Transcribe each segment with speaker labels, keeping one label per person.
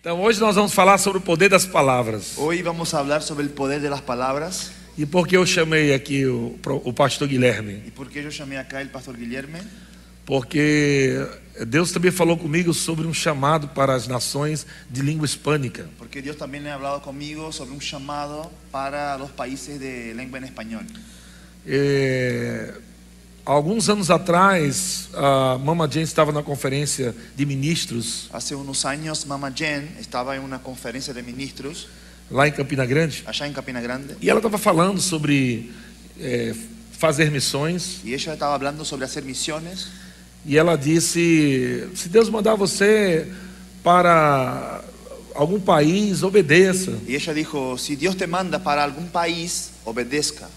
Speaker 1: Então hoje nós vamos falar sobre o poder das palavras.
Speaker 2: Hoy vamos a hablar sobre el poder de las palabras.
Speaker 1: E por que eu chamei aqui o, pro- o pastor Guilherme?
Speaker 2: ¿Y por qué yo llamé acá el pastor Guillerme?
Speaker 1: Porque Deus também falou comigo sobre um chamado para as nações de língua hispânica.
Speaker 2: Porque Dios también ha hablado conmigo sobre un llamado para los países de lengua en español.
Speaker 1: É, alguns anos atrás, a Mama Jane estava na conferência de ministros
Speaker 2: Hace unos años Mama Jen estaba en una conferencia de ministros
Speaker 1: lá em Campina Grande
Speaker 2: allá en Capina Grande
Speaker 1: e ela estava falando sobre é, fazer missões
Speaker 2: y ella estaba hablando sobre hacer misiones
Speaker 1: e ela disse: se Deus mandar você para algum país, obedeça.
Speaker 2: y ella dijo, si Dios te manda para algún país, obedezca.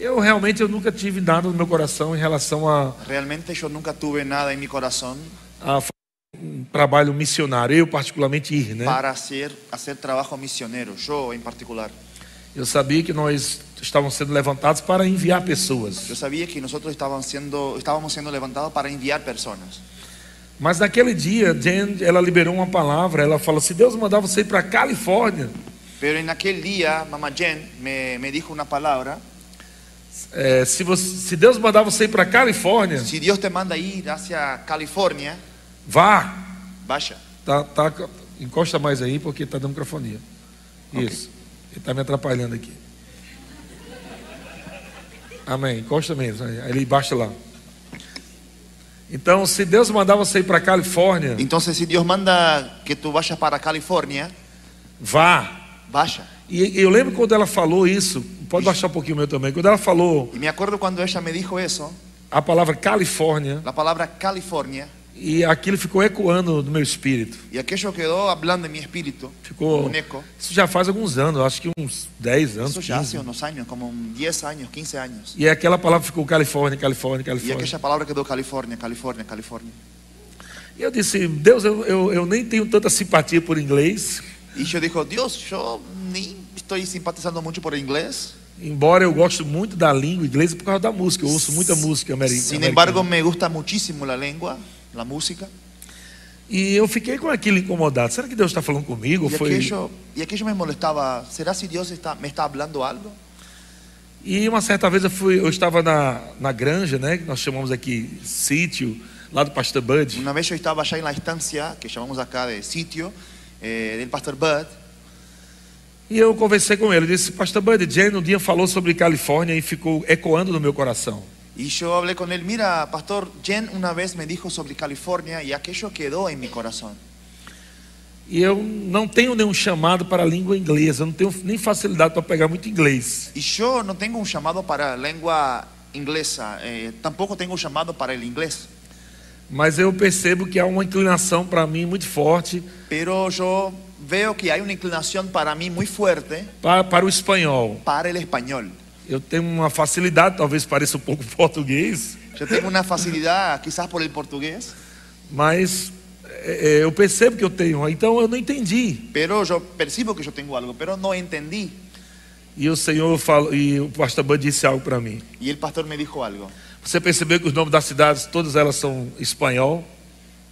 Speaker 1: Eu realmente eu nunca tive nada no meu coração em relação a,
Speaker 2: Realmente yo nunca tuve nada en mi corazón
Speaker 1: a fa- um trabalho missionário, eu particularmente ir, né?
Speaker 2: para hacer, hacer trabajo misionero, yo en particular.
Speaker 1: Eu sabia que nós estávamos sendo levantados para enviar pessoas.
Speaker 2: Yo sabía que nosotros estábamos siendo, estábamos siendo levantados para enviar personas.
Speaker 1: Mas naquele dia, Jen, ela liberou uma palavra, ela falou: "Se Deus mandar você ir para a Califórnia,
Speaker 2: Pero en aquel día, Mama Jen me, me dijo una palabra.
Speaker 1: é, se, você- se Deus mandar você ir para a Califórnia,
Speaker 2: Si Dios te manda a ir hacia California,
Speaker 1: vá".
Speaker 2: vaya.
Speaker 1: Tá, tá, encosta mais aí porque tá dando microfonia. Isso. Ele tá me atrapalhando aqui. Amém. Encosta mesmo. Aí Ele baixa lá. Então, se Deus mandar você ir para Califórnia,
Speaker 2: Entonces, si Dios manda que tú vayas para California,
Speaker 1: vá.
Speaker 2: vaya.
Speaker 1: E e eu lembro quando ela falou isso, pode baixar um pouquinho o meu também. Quando ela falou
Speaker 2: Y me acuerdo cuando ella me dijo eso,
Speaker 1: a palavra Califórnia,
Speaker 2: la palabra California,
Speaker 1: e aquilo ficou ecoando no meu espírito.
Speaker 2: y aquello quedó hablando en mi espíritu.
Speaker 1: Ficou.
Speaker 2: Um eco.
Speaker 1: Isso já faz alguns anos, acho que uns 10 anos.
Speaker 2: Eso ya hace
Speaker 1: 15.
Speaker 2: unos años, como un 10 años, 15 años.
Speaker 1: E aquela palavra ficou Califórnia, Califórnia,
Speaker 2: Y
Speaker 1: Califórnia.
Speaker 2: aquella palabra quedó California, California, California.
Speaker 1: E eu disse, Deus, eu, eu, eu nem tenho tanta simpatia por inglês,
Speaker 2: Y yo dijo, Dios, yo ni estoy simpatizando mucho por el inglés.
Speaker 1: embora eu gosto muito da língua inglesa por causa da música, eu ouço muita música ameri- americana.
Speaker 2: Sin embargo, me gusta muchísimo la lengua, la música.
Speaker 1: E eu fiquei com aquilo incomodado. Será que Deus está falando comigo?
Speaker 2: Y
Speaker 1: Foi...
Speaker 2: aquello, y aquello me molestaba. ¿Será si Dios está, me está hablando algo?
Speaker 1: E uma certa vez eu, fui, eu estava na, na granja, né, que nós chamamos aqui sítio, lá do Pastor Bud.
Speaker 2: Una vez yo estaba allá en la estancia, que llamamos acá de sitio, eh, del pastor Bud.
Speaker 1: E eu conversei com ele, eu disse, Pastor Bud, Jane um dia falou sobre Califórnia e ficou ecoando no meu coração.
Speaker 2: Y yo hablé con él, mira, pastor, Jen una vez me dijo sobre California y aquello quedó en mi corazón.
Speaker 1: E eu não tenho nenhum chamado para a língua inglesa, eu não tenho nem facilidade para pegar muito inglês.
Speaker 2: Y yo no tengo un llamado para lengua inglesa, eh, tampoco tengo un llamado para el inglés.
Speaker 1: Mas eu percebo que há uma inclinação para mim muito forte
Speaker 2: Pero yo veo que hay una inclinación para mí muy fuerte
Speaker 1: para, para o espanhol.
Speaker 2: para el español.
Speaker 1: Eu tenho uma facilidade, talvez pareça um pouco português,
Speaker 2: Yo tengo una facilidad quizás por el portugués,
Speaker 1: mas é, é, eu percebo que eu tenho. Então eu não entendi.
Speaker 2: pero yo percibo que yo tengo algo, pero no entendí.
Speaker 1: E o Senhor falou, e o pastor Bud disse algo para mim.
Speaker 2: Y el pastor me dijo algo.
Speaker 1: Você percebeu que os nomes das cidades, todas elas são espanhol?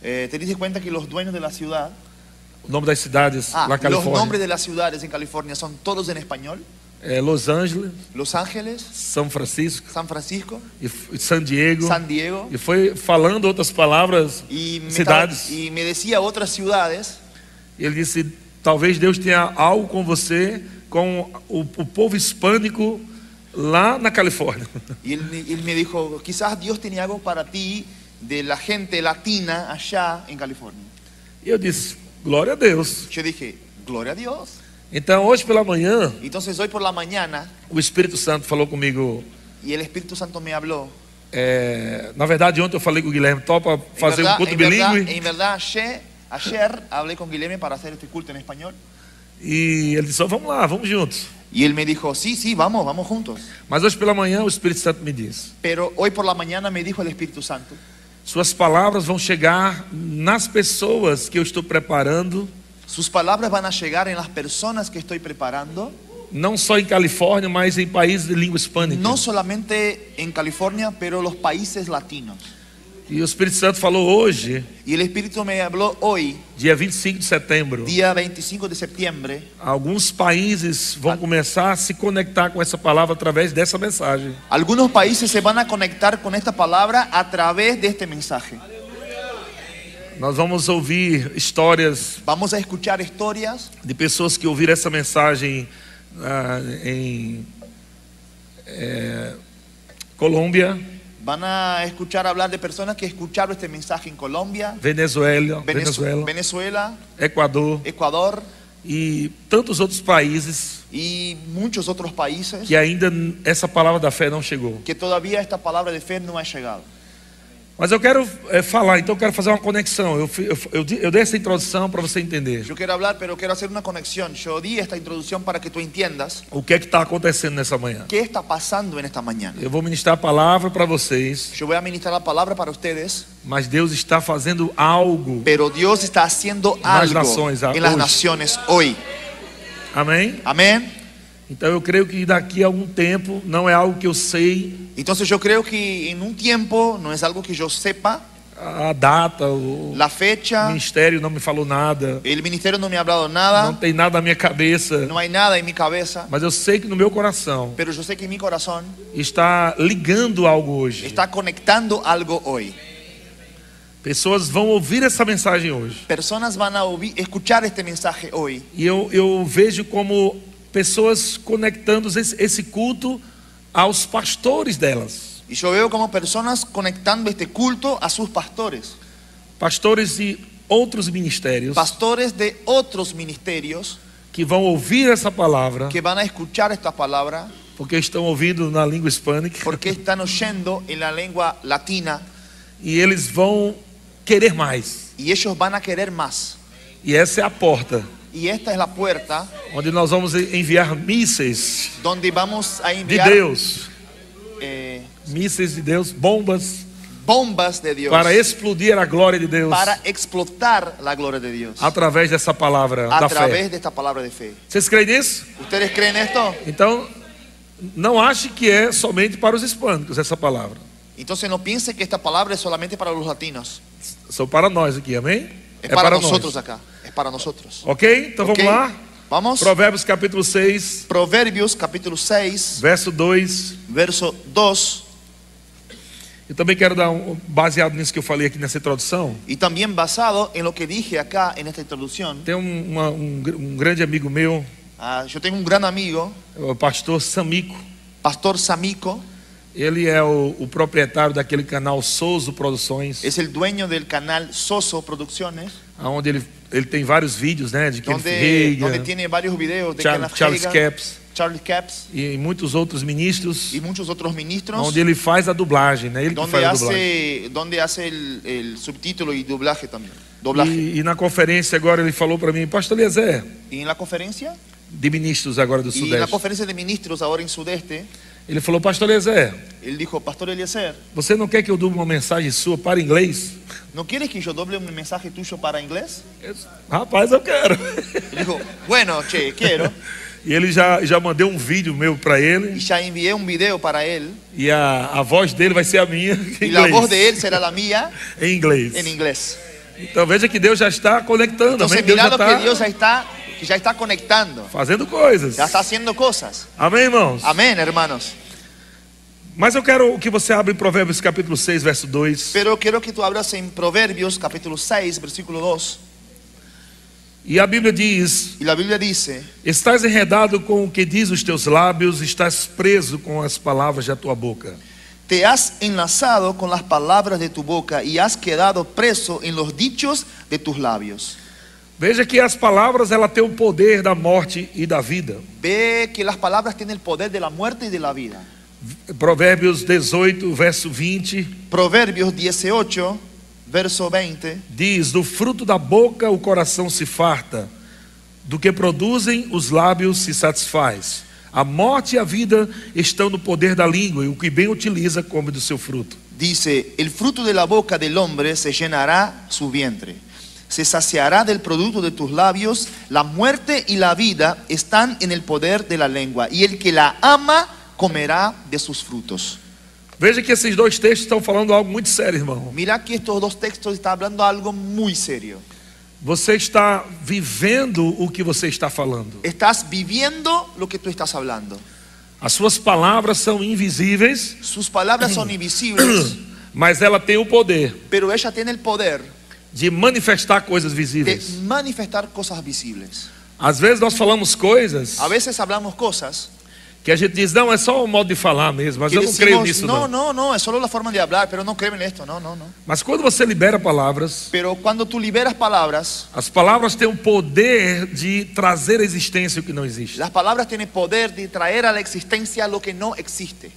Speaker 2: Eh, ¿Te diste cuenta que los dueños de la ciudad,
Speaker 1: O nome das cidades
Speaker 2: ah,
Speaker 1: lá na
Speaker 2: los nombres
Speaker 1: Califórnia,
Speaker 2: de las ciudades en California son todos en español?
Speaker 1: é Los Angeles,
Speaker 2: Los Ángeles,
Speaker 1: São Francisco,
Speaker 2: San Francisco,
Speaker 1: e, f- e San Diego.
Speaker 2: San Diego.
Speaker 1: E foi falando outras palavras,
Speaker 2: Y me,
Speaker 1: cidades.
Speaker 2: y me decía otras ciudades.
Speaker 1: Ele disse: talvez Deus tenha algo com você, com o, o povo hispânico lá na Califórnia.
Speaker 2: Y él, me- él me dijo, quizás Dios tenía algo para ti de la gente latina allá en California.
Speaker 1: E eu disse: glória a Deus.
Speaker 2: Yo dije, gloria a Dios.
Speaker 1: Então, hoje pela manhã,
Speaker 2: Entonces hoy por la mañana,
Speaker 1: o Espírito Santo falou comigo.
Speaker 2: y el Espíritu Santo me habló.
Speaker 1: é, na verdade, ontem eu falei com o Guilherme Topa
Speaker 2: En
Speaker 1: fazer
Speaker 2: verdad-
Speaker 1: um culto
Speaker 2: en verdad-
Speaker 1: bilíngue.
Speaker 2: en verdad, ayer, ayer hablé con Guilherme para hacer este culto en español.
Speaker 1: E ele disse: ó, vamos lá, vamos juntos.
Speaker 2: Y él me dijo, sí, sí, vamos, vamos juntos.
Speaker 1: Mas hoje pela manhã, o Espírito Santo me disse:
Speaker 2: Pero hoy por la mañana me dijo el Espíritu Santo,
Speaker 1: suas palavras vão chegar nas pessoas que eu estou preparando,
Speaker 2: sus palabras van a llegar en las personas que estoy preparando,
Speaker 1: não só em Califórnia, mas em países de língua hispânica.
Speaker 2: no solamente en California, pero los países latinos.
Speaker 1: E o Espírito Santo falou hoje,
Speaker 2: Y el Espíritu me habló hoy,
Speaker 1: dia 25 de setembro.
Speaker 2: día 25 de septiembre.
Speaker 1: Alguns países vão começar a se conectar com essa palavra através dessa mensagem.
Speaker 2: Algunos países se van a conectar con esta palabra a través de este mensaje.
Speaker 1: Nós vamos ouvir histórias
Speaker 2: Vamos a escuchar historias
Speaker 1: de pessoas que ouviram essa mensagem ah, em eh, Colômbia,
Speaker 2: Van a escuchar hablar de personas que escucharon este mensaje en Colombia,
Speaker 1: Venezuela,
Speaker 2: Venezu-
Speaker 1: Venezuela,
Speaker 2: Venezuela,
Speaker 1: Equador
Speaker 2: Ecuador
Speaker 1: e tantos outros países
Speaker 2: y muchos otros países
Speaker 1: que ainda n- essa palavra da fé não chegou.
Speaker 2: que todavía esta palabra de fe no ha llegado.
Speaker 1: Mas eu quero eh, falar, então eu quero fazer uma conexão. Eu, fi- eu, eu di- eu dei essa introdução para você entender
Speaker 2: Yo quiero hablar, pero quiero hacer una conexión. Yo di esta introducción para que tú entiendas
Speaker 1: o que é que está acontecendo nessa manhã.
Speaker 2: qué está pasando en esta mañana.
Speaker 1: Eu vou ministrar a palavra para vocês,
Speaker 2: Yo voy a ministrar la palabra para ustedes,
Speaker 1: mas Deus está fazendo algo.
Speaker 2: pero Dios está haciendo
Speaker 1: Las
Speaker 2: algo
Speaker 1: naciones, ah,
Speaker 2: en las
Speaker 1: hoy.
Speaker 2: naciones hoy.
Speaker 1: Amém?
Speaker 2: Amén.
Speaker 1: Então eu creio que daqui a algum tempo, não é algo que eu sei
Speaker 2: Entonces yo creo que en un tiempo, no es algo que yo sepa,
Speaker 1: a a data, o
Speaker 2: la fecha,
Speaker 1: ministério não me falou nada,
Speaker 2: el ministerio no me ha hablado
Speaker 1: não
Speaker 2: nada,
Speaker 1: tem nada na minha cabeça,
Speaker 2: no hay nada en mi cabeza,
Speaker 1: mas eu sei que no meu coração
Speaker 2: pero yo sé que mi corazón
Speaker 1: está ligando algo hoje.
Speaker 2: está conectando algo hoy.
Speaker 1: Pessoas vão ouvir essa mensagem hoje.
Speaker 2: Personas van a ovi- escuchar este mensaje hoy.
Speaker 1: E eu, eu vejo como pessoas conectando esse, esse culto aos pastores delas.
Speaker 2: Y yo veo como personas conectando este culto a sus pastores,
Speaker 1: Pastores de outros ministérios
Speaker 2: pastores de otros ministerios
Speaker 1: que vão ouvir essa palavra,
Speaker 2: que van a escuchar esta palabra
Speaker 1: porque estão ouvindo na língua hispânica,
Speaker 2: porque están oyendo en la lengua latina
Speaker 1: e eles vão querer mais.
Speaker 2: y ellos van a querer más.
Speaker 1: E essa é a porta
Speaker 2: Y esta es la puerta
Speaker 1: onde nós vamos enviar mísseis
Speaker 2: donde vamos a
Speaker 1: de
Speaker 2: enviar
Speaker 1: Deus,
Speaker 2: eh,
Speaker 1: mísseis de Deus, bombas
Speaker 2: bombas de Dios
Speaker 1: para explodir a glória de Deus
Speaker 2: para explotar la gloria de Dios
Speaker 1: através dessa palavra
Speaker 2: a
Speaker 1: da fé.
Speaker 2: través de esta palabra de fe.
Speaker 1: Vocês creem nisso?
Speaker 2: ¿Ustedes creen esto?
Speaker 1: Então, não ache que é somente para os hispânicos essa palavra.
Speaker 2: Entonces no piense que esta palabra es solamente para los latinos.
Speaker 1: São para nós aqui, amém? É
Speaker 2: Es É para,
Speaker 1: nós.
Speaker 2: nosotros acá. Es para nosotros.
Speaker 1: Ok? Então
Speaker 2: Ok,
Speaker 1: vamos lá.
Speaker 2: Vamos.
Speaker 1: Provérbios capítulo 6,
Speaker 2: Proverbios capítulo 6,
Speaker 1: verso 2.
Speaker 2: verso 2.
Speaker 1: Eu também quero dar um, baseado nisso que eu falei aqui nessa introdução.
Speaker 2: Y también basado en lo que dije acá en esta introducción,
Speaker 1: Tem um, uma- um gr- um grande amigo meu,
Speaker 2: ah, yo tengo un gran amigo,
Speaker 1: o pastor Samico.
Speaker 2: Pastor Samico,
Speaker 1: Ele é o, o proprietário daquele canal Souza Produções,
Speaker 2: es el dueño del canal Soso Producciones,
Speaker 1: onde ele, ele tem vários vídeos, né? De Ken
Speaker 2: donde, donde
Speaker 1: Ferreira,
Speaker 2: tiene varios videos de
Speaker 1: Char-
Speaker 2: Kenneth
Speaker 1: Charles
Speaker 2: Hagan,
Speaker 1: Caps
Speaker 2: Charles Caps
Speaker 1: e muitos outros ministros,
Speaker 2: y muchos otros ministros,
Speaker 1: onde ele faz a dublagem, né? Ele que
Speaker 2: donde
Speaker 1: faz a dublagem.
Speaker 2: hace, donde hace el, el subtítulo y doblaje también. Doblaje.
Speaker 1: E, e na conferência agora ele falou para mim, Pastor Eliezer,
Speaker 2: Y en la conferencia,
Speaker 1: de ministros agora do
Speaker 2: y en la
Speaker 1: Sudeste.
Speaker 2: conferencia de ministros ahora en Sudeste,
Speaker 1: Ele falou, Pastor Eliezer,
Speaker 2: él dijo, Pastor Eliezer,
Speaker 1: você não quer que eu duble uma mensagem sua para inglês?
Speaker 2: ¿No quieres que yo doble un mensaje tuyo para inglés?
Speaker 1: Eu, Rapaz, eu quero.
Speaker 2: Y dijo, bueno, che, quiero.
Speaker 1: e ele já, já mandei um vídeo meu para
Speaker 2: Y
Speaker 1: ele.
Speaker 2: ya envié un video para él.
Speaker 1: E a, a voz dele vai ser a minha. Em
Speaker 2: Y la
Speaker 1: inglês.
Speaker 2: voz de él será la mía
Speaker 1: Em inglês.
Speaker 2: en inglés.
Speaker 1: Então veja que Deus já está conectando. Amém?
Speaker 2: Entonces
Speaker 1: Deus é- tá-
Speaker 2: mirá
Speaker 1: já está
Speaker 2: lo que Dios ya está, que ya está conectando.
Speaker 1: fazendo coisas.
Speaker 2: Ya está haciendo cosas.
Speaker 1: Amém, irmãos?
Speaker 2: Amén, hermanos.
Speaker 1: Mas eu quero que você abra em Provérbios capítulo 6, verso 2.
Speaker 2: Pero quiero que tú abras en Proverbios capítulo 6, versículo 2.
Speaker 1: E a Bíblia diz:
Speaker 2: Y la Biblia dice,
Speaker 1: Estás enredado com o que diz os teus lábios, estás preso com as palavras da tua boca.
Speaker 2: te has enlazado con las palabras de tu boca y has quedado preso en los dichos de tus labios.
Speaker 1: Veja que as palavras ela tem o poder da morte e da vida.
Speaker 2: Ve que las palabras tienen el poder de la muerte y de la vida.
Speaker 1: Provérbios 18, verso 20
Speaker 2: Proverbios 18, verso 20,
Speaker 1: diz: Do fruto da boca o coração se farta, do que produzem os lábios se satisfaz. A morte e a vida estão no poder da língua, e o que bem utiliza come do seu fruto.
Speaker 2: dice, el fruto de la boca del hombre se llenará su vientre, se saciará del producto de tus labios, la muerte y la vida están en el poder de la lengua, y el que la ama comerá de sus frutos.
Speaker 1: Veja que esses dois textos estão falando algo muito sério, irmão.
Speaker 2: Mira que estos dos textos están hablando algo muy serio.
Speaker 1: Você está vivendo o que você está falando.
Speaker 2: Estás viviendo lo que tú estás hablando.
Speaker 1: As suas palavras são invisíveis,
Speaker 2: Sus palabras son invisibles,
Speaker 1: mas ela tem o poder
Speaker 2: pero ella tiene el poder
Speaker 1: de manifestar coisas
Speaker 2: de
Speaker 1: visíveis.
Speaker 2: manifestar cosas visibles.
Speaker 1: Às vezes nós falamos coisas
Speaker 2: A veces hablamos cosas
Speaker 1: que a gente diz, não, é só um modo de falar mesmo, mas
Speaker 2: que
Speaker 1: eu não creio
Speaker 2: decimos,
Speaker 1: nisso
Speaker 2: no,
Speaker 1: não.
Speaker 2: no, no, es solo la forma de hablar, pero no creen en esto, no, no, no.
Speaker 1: Mas quando você libera palavras,
Speaker 2: Pero cuando tú liberas palabras,
Speaker 1: as palavras têm o poder de trazer à existência o que não existe.
Speaker 2: las palabras tienen poder de traer a la existencia lo que no existe.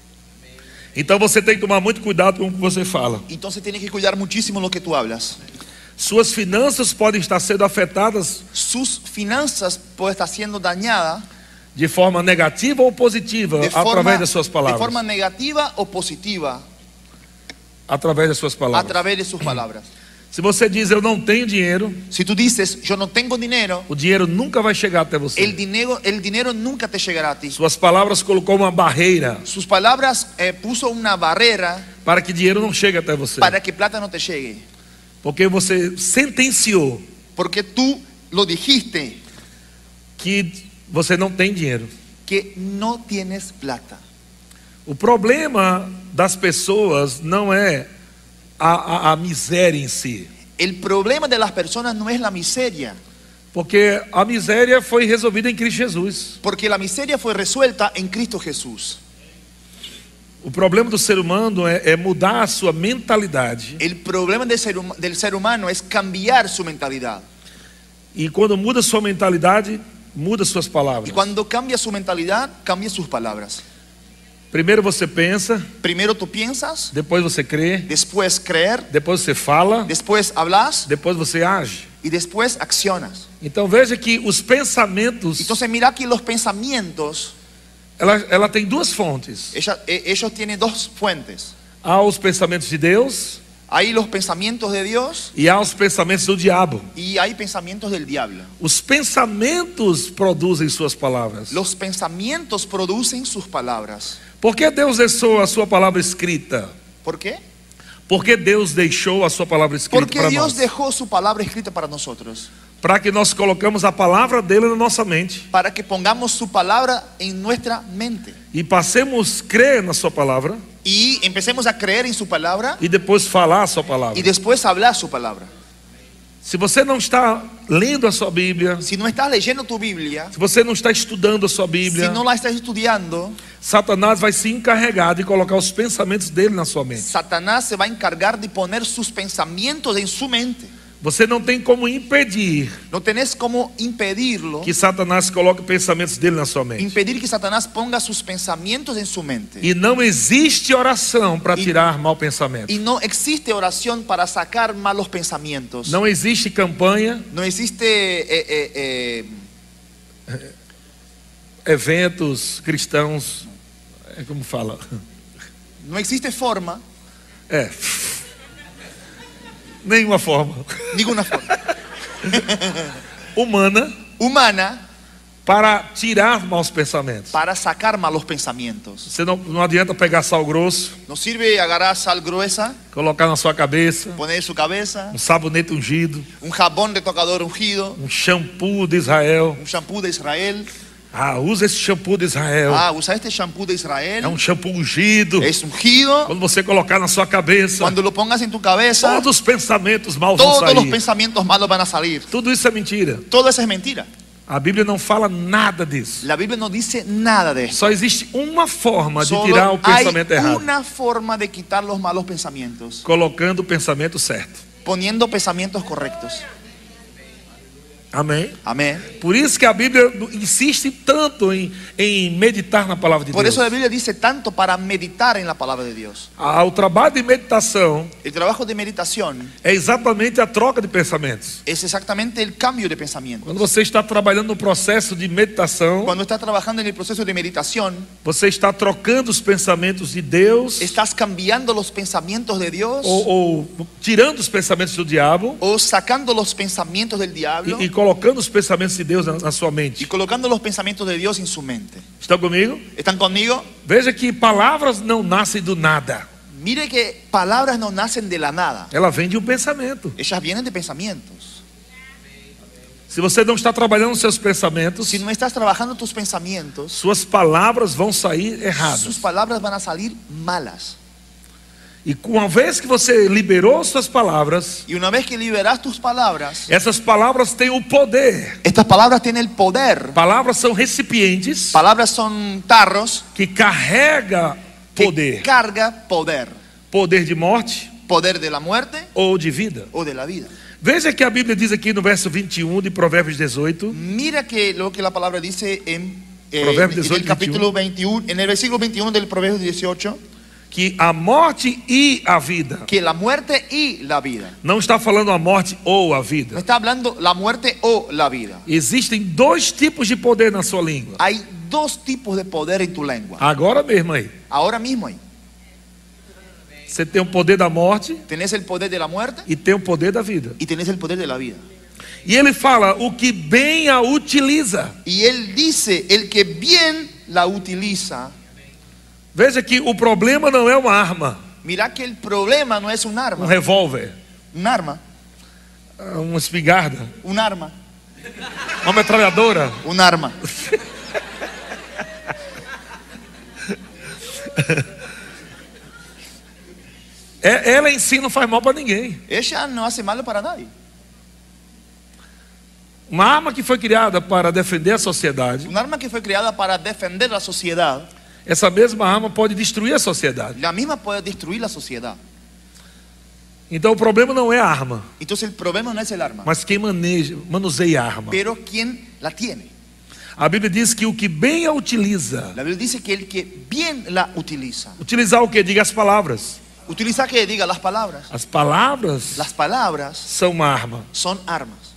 Speaker 1: Então você tem que tomar muito cuidado com o que você fala.
Speaker 2: Entonces tienes que cuidar muchísimo lo que tú hablas.
Speaker 1: Suas finanças podem estar sendo afetadas
Speaker 2: Sus finanzas pueden estar siendo dañadas
Speaker 1: de forma negativa ou positiva
Speaker 2: de
Speaker 1: através
Speaker 2: forma,
Speaker 1: das suas
Speaker 2: de
Speaker 1: palavras.
Speaker 2: forma negativa o positiva
Speaker 1: Através das suas
Speaker 2: a
Speaker 1: palavras.
Speaker 2: través de sus palabras.
Speaker 1: Se você diz eu não tenho dinheiro,
Speaker 2: Si tú dices, yo no tengo dinero,
Speaker 1: o dinheiro nunca vai chegar até você.
Speaker 2: el dinero, el dinero nunca te llegará a ti.
Speaker 1: Suas palavras colocou uma barreira
Speaker 2: Sus palabras eh, puso una barrera
Speaker 1: para que dinheiro não chegue até você.
Speaker 2: para que plata no te llegue.
Speaker 1: Porque você sentenciou
Speaker 2: Porque tú lo dijiste
Speaker 1: que você não tem dinheiro.
Speaker 2: que no tienes plata.
Speaker 1: O problema das pessoas não é a, a, a miséria em si.
Speaker 2: El problema de las personas no es la miseria,
Speaker 1: Porque a miséria foi resolvida em Cristo Jesus.
Speaker 2: porque la miseria fue resuelta en Cristo Jesús.
Speaker 1: O problema do ser humano é, é mudar a sua mentalidade.
Speaker 2: El problema del ser, hum- del ser humano es cambiar su mentalidad.
Speaker 1: E quando muda sua mentalidade, muda suas
Speaker 2: Y
Speaker 1: palavras.
Speaker 2: cuando cambia su mentalidad, cambia sus palabras.
Speaker 1: Primeiro você pensa,
Speaker 2: Primero tú piensas,
Speaker 1: depois você crê,
Speaker 2: después creer,
Speaker 1: depois você fala,
Speaker 2: después hablas
Speaker 1: depois você age.
Speaker 2: y después accionas.
Speaker 1: Então veja que os pensamentos,
Speaker 2: Entonces mira que los pensamientos,
Speaker 1: ela, ela tem duas fontes.
Speaker 2: ella- e- ellos tienen dos fuentes.
Speaker 1: Há os pensamentos de Deus
Speaker 2: Hay los pensamientos de Dios
Speaker 1: e há os pensamentos do diabo.
Speaker 2: y hay pensamientos del diablo.
Speaker 1: Os pensamentos produzem suas palavras.
Speaker 2: Los pensamientos producen sus palabras.
Speaker 1: Por que Deus deixou a sua palavra escrita?
Speaker 2: ¿Por qué?
Speaker 1: Por que Deus deixou a sua palavra escrita
Speaker 2: Porque
Speaker 1: para nós?
Speaker 2: Dios dejó su palabra escrita para nosotros,
Speaker 1: Para que nós colocamos a palavra dele na nossa mente
Speaker 2: para que pongamos su palabra en nuestra mente
Speaker 1: e passemos a crer na sua palavra
Speaker 2: y empecemos a creer en su palabra
Speaker 1: e depois falar a sua palavra.
Speaker 2: y después hablar su palabra.
Speaker 1: Se você não está lendo a sua Bíblia,
Speaker 2: Si no estás leyendo tu Biblia,
Speaker 1: se você não está estudando a sua
Speaker 2: si
Speaker 1: Bíblia,
Speaker 2: no la estás estudiando,
Speaker 1: Satanás vai se encarregar de colocar os pensamentos dele na sua mente.
Speaker 2: Satanás se va a encargar de poner sus pensamientos en su mente.
Speaker 1: Você não tem como impedir
Speaker 2: No tenés cómo impedirlo,
Speaker 1: que Satanás coloque pensamentos dele na sua mente.
Speaker 2: impedir que Satanás ponga sus pensamientos en su mente.
Speaker 1: E não existe oração para tirar mau pensamento.
Speaker 2: Y no existe oración para sacar malos pensamientos.
Speaker 1: Não existe campanha,
Speaker 2: No existe eh, eh, eh,
Speaker 1: eventos cristãos, é como fala.
Speaker 2: No existe forma,
Speaker 1: É. Nenhuma forma
Speaker 2: ninguna forma
Speaker 1: humana
Speaker 2: humana
Speaker 1: para tirar maus pensamentos.
Speaker 2: para sacar malos pensamientos.
Speaker 1: Você não, não adianta pegar sal grosso,
Speaker 2: No sirve agarrar sal gruesa,
Speaker 1: colocar na sua cabeça,
Speaker 2: poner en su cabeza,
Speaker 1: um sabonete ungido,
Speaker 2: un jabón de tocador ungido,
Speaker 1: um shampoo de Israel.
Speaker 2: un shampoo de Israel.
Speaker 1: Ah, usa esse shampoo de Israel.
Speaker 2: Ah, usa este shampoo de
Speaker 1: É um
Speaker 2: Israel.
Speaker 1: shampoo ungido.
Speaker 2: Es ungido.
Speaker 1: Quando você colocar na sua cabeça,
Speaker 2: Cuando lo pongas en tu cabeza,
Speaker 1: todos os pensamentos maus vão
Speaker 2: todos los
Speaker 1: sair.
Speaker 2: pensamientos malos van a salir.
Speaker 1: Tudo isso é mentira.
Speaker 2: Todo eso es mentira.
Speaker 1: A Bíblia não fala nada disso.
Speaker 2: La Biblia no dice nada de eso.
Speaker 1: Só existe uma forma de tirar o
Speaker 2: Solo hay
Speaker 1: pensamento errado:
Speaker 2: una forma de quitar los malos pensamientos,
Speaker 1: colocando o pensamento certo.
Speaker 2: poniendo pensamientos correctos.
Speaker 1: Amém?
Speaker 2: Amén.
Speaker 1: Por isso que a Bíblia insiste tanto em, em meditar na palavra de
Speaker 2: Por
Speaker 1: Deus.
Speaker 2: eso la Biblia dice tanto para meditar en la palabra de Dios.
Speaker 1: Ah, O trabalho de meditação
Speaker 2: El trabajo de meditación
Speaker 1: é exatamente a troca de pensamentos.
Speaker 2: es exactamente el cambio de pensamiento.
Speaker 1: Quando você está trabalhando no processo de meditação,
Speaker 2: Cuando estás trabajando en el proceso de meditación,
Speaker 1: Você está trocando os pensamentos de Deus
Speaker 2: estás cambiando los pensamientos de Dios
Speaker 1: ou, ou tirando os pensamentos do diabo
Speaker 2: o sacando los pensamientos del diablo
Speaker 1: e, e colocando os pensamentos de Deus na, na sua
Speaker 2: y
Speaker 1: mente.
Speaker 2: colocando los pensamientos de Dios en su mente.
Speaker 1: Estão comigo?
Speaker 2: ¿Están conmigo?
Speaker 1: Veja que palavras não nascem do nada.
Speaker 2: Mire que palabras no nacen de la nada.
Speaker 1: Ela vem de um pensamento.
Speaker 2: Ellas vienen de pensamientos.
Speaker 1: Se você não está trabalhando seus pensamentos,
Speaker 2: Si no estás trabajando tus pensamientos,
Speaker 1: suas palavras vão sair erradas.
Speaker 2: sus palabras van a salir malas.
Speaker 1: E com- uma vez que você liberou suas palavras,
Speaker 2: Y una vez que liberas tus palabras,
Speaker 1: essas palavras têm o poder.
Speaker 2: estas palabras tienen el poder.
Speaker 1: Palavras são recipientes
Speaker 2: Palabras son tarros
Speaker 1: que carrega
Speaker 2: que
Speaker 1: poder,
Speaker 2: carga poder.
Speaker 1: poder de morte
Speaker 2: Poder de la muerte
Speaker 1: ou de vida.
Speaker 2: o de la vida.
Speaker 1: Veja que a Bíblia diz aqui no verso 21 de Provérbios 18,
Speaker 2: Mira que lo que la palabra dice en, eh,
Speaker 1: Proverbios
Speaker 2: en
Speaker 1: 18,
Speaker 2: el capítulo 21, en el versículo 21 del Proverbio 18,
Speaker 1: que a morte e a vida.
Speaker 2: que la muerte y la vida.
Speaker 1: Não está falando a morte ou a
Speaker 2: No
Speaker 1: vida.
Speaker 2: está hablando la muerte o la vida.
Speaker 1: Existem dois tipos de poder na sua língua.
Speaker 2: Hay dos tipos de poder en tu lengua.
Speaker 1: Agora mesmo aí.
Speaker 2: Ahora mismo hay.
Speaker 1: Você tem o poder da morte
Speaker 2: Tenés el poder de la muerte
Speaker 1: e tem o poder da vida.
Speaker 2: y tenés el poder de la vida.
Speaker 1: E ele fala o que bem a utiliza.
Speaker 2: Y él dice, el que bien la utiliza,
Speaker 1: Veja que o problema não é uma arma,
Speaker 2: mira que el problema no es un
Speaker 1: um
Speaker 2: arma,
Speaker 1: revólver,
Speaker 2: un arma,
Speaker 1: ah, uma espingarda,
Speaker 2: un arma,
Speaker 1: uma metralhadora.
Speaker 2: un arma.
Speaker 1: É, ela em si não faz mal para ninguém.
Speaker 2: Ella no hace malo para nadie.
Speaker 1: Uma arma que foi criada para defender a sociedade,
Speaker 2: Un arma que fue creada para defender la sociedad,
Speaker 1: essa mesma arma pode destruir a sociedade.
Speaker 2: la misma puede destruir la sociedad.
Speaker 1: Então o problema não é a arma,
Speaker 2: Entonces el problema no es el arma,
Speaker 1: mas quem maneja, manuseia a arma.
Speaker 2: pero quien la tiene.
Speaker 1: A Bíblia diz que o que bem a utiliza,
Speaker 2: La Biblia dice que el que bien la utiliza,
Speaker 1: utilizar o que? Diga as palavras.
Speaker 2: utiliza que diga las palabras.
Speaker 1: As palavras
Speaker 2: Las palabras
Speaker 1: são uma arma.
Speaker 2: son armas.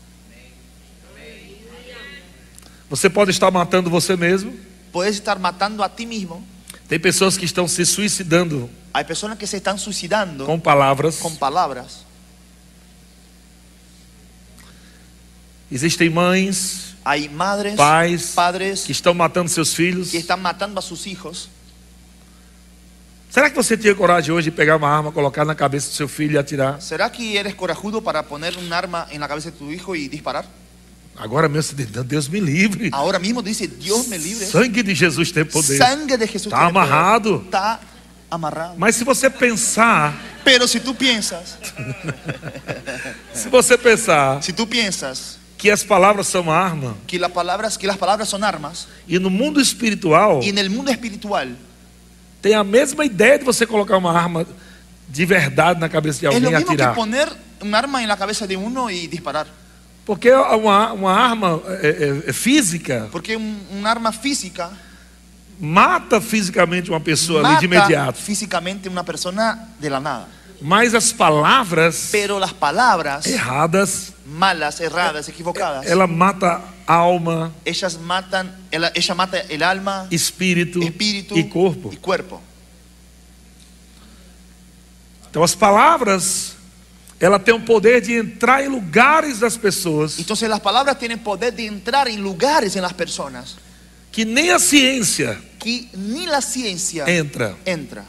Speaker 1: Você pode estar matando você mesmo.
Speaker 2: Puedes estar matando a ti mismo.
Speaker 1: Tem pessoas que estão se suicidando
Speaker 2: Hay personas que se están suicidando
Speaker 1: com palavras.
Speaker 2: con palabras.
Speaker 1: Existem mães
Speaker 2: Hay madres,
Speaker 1: Pais
Speaker 2: padres
Speaker 1: que estão matando seus filhos.
Speaker 2: que están matando a sus hijos.
Speaker 1: Será que você tinha coragem hoje de pegar uma arma, colocar na cabeça do seu filho e atirar?
Speaker 2: ¿Será que eres corajudo para poner un arma en la cabeza de tu hijo y disparar?
Speaker 1: Agora mesmo, você diz, Deus me livre.
Speaker 2: Ahora mismo dice, Dios Ah, me libre.
Speaker 1: Sangue pues, de Jesus tem poder.
Speaker 2: Sangre de Jesús.
Speaker 1: Está
Speaker 2: tiene poder.
Speaker 1: amarrado.
Speaker 2: Está amarrado.
Speaker 1: Mas se você pensar,
Speaker 2: Pero si tú piensas,
Speaker 1: se você pensar
Speaker 2: si tú piensas
Speaker 1: que as palavras são arma,
Speaker 2: que las palabras, que las palabras son armas,
Speaker 1: e no mundo espiritual
Speaker 2: y en el mundo espiritual
Speaker 1: tem a mesma ideia de você colocar uma arma de verdade na cabeça de
Speaker 2: es
Speaker 1: alguém
Speaker 2: lo
Speaker 1: e
Speaker 2: mismo que
Speaker 1: atirar.
Speaker 2: poner un arma en la cabeza de uno y disparar.
Speaker 1: Porque uma, uma arma é, é, é, física
Speaker 2: Porque un, un arma física
Speaker 1: mata fisicamente uma pessoa ali
Speaker 2: mata
Speaker 1: de imediato.
Speaker 2: físicamente una persona de la nada.
Speaker 1: Mas as palavras
Speaker 2: Pero las palabras
Speaker 1: erradas,
Speaker 2: malas, erradas, equivocadas,
Speaker 1: ela mata alma,
Speaker 2: ellas matan, ella, ella mata el alma,
Speaker 1: espírito,
Speaker 2: espíritu
Speaker 1: e corpo.
Speaker 2: y cuerpo.
Speaker 1: Então as palavras, ela tem o poder de entrar em lugares das pessoas
Speaker 2: Entonces las palabras tienen poder de entrar en lugares en las personas
Speaker 1: que nem a ciência
Speaker 2: que ni la ciencia
Speaker 1: entra.
Speaker 2: entra.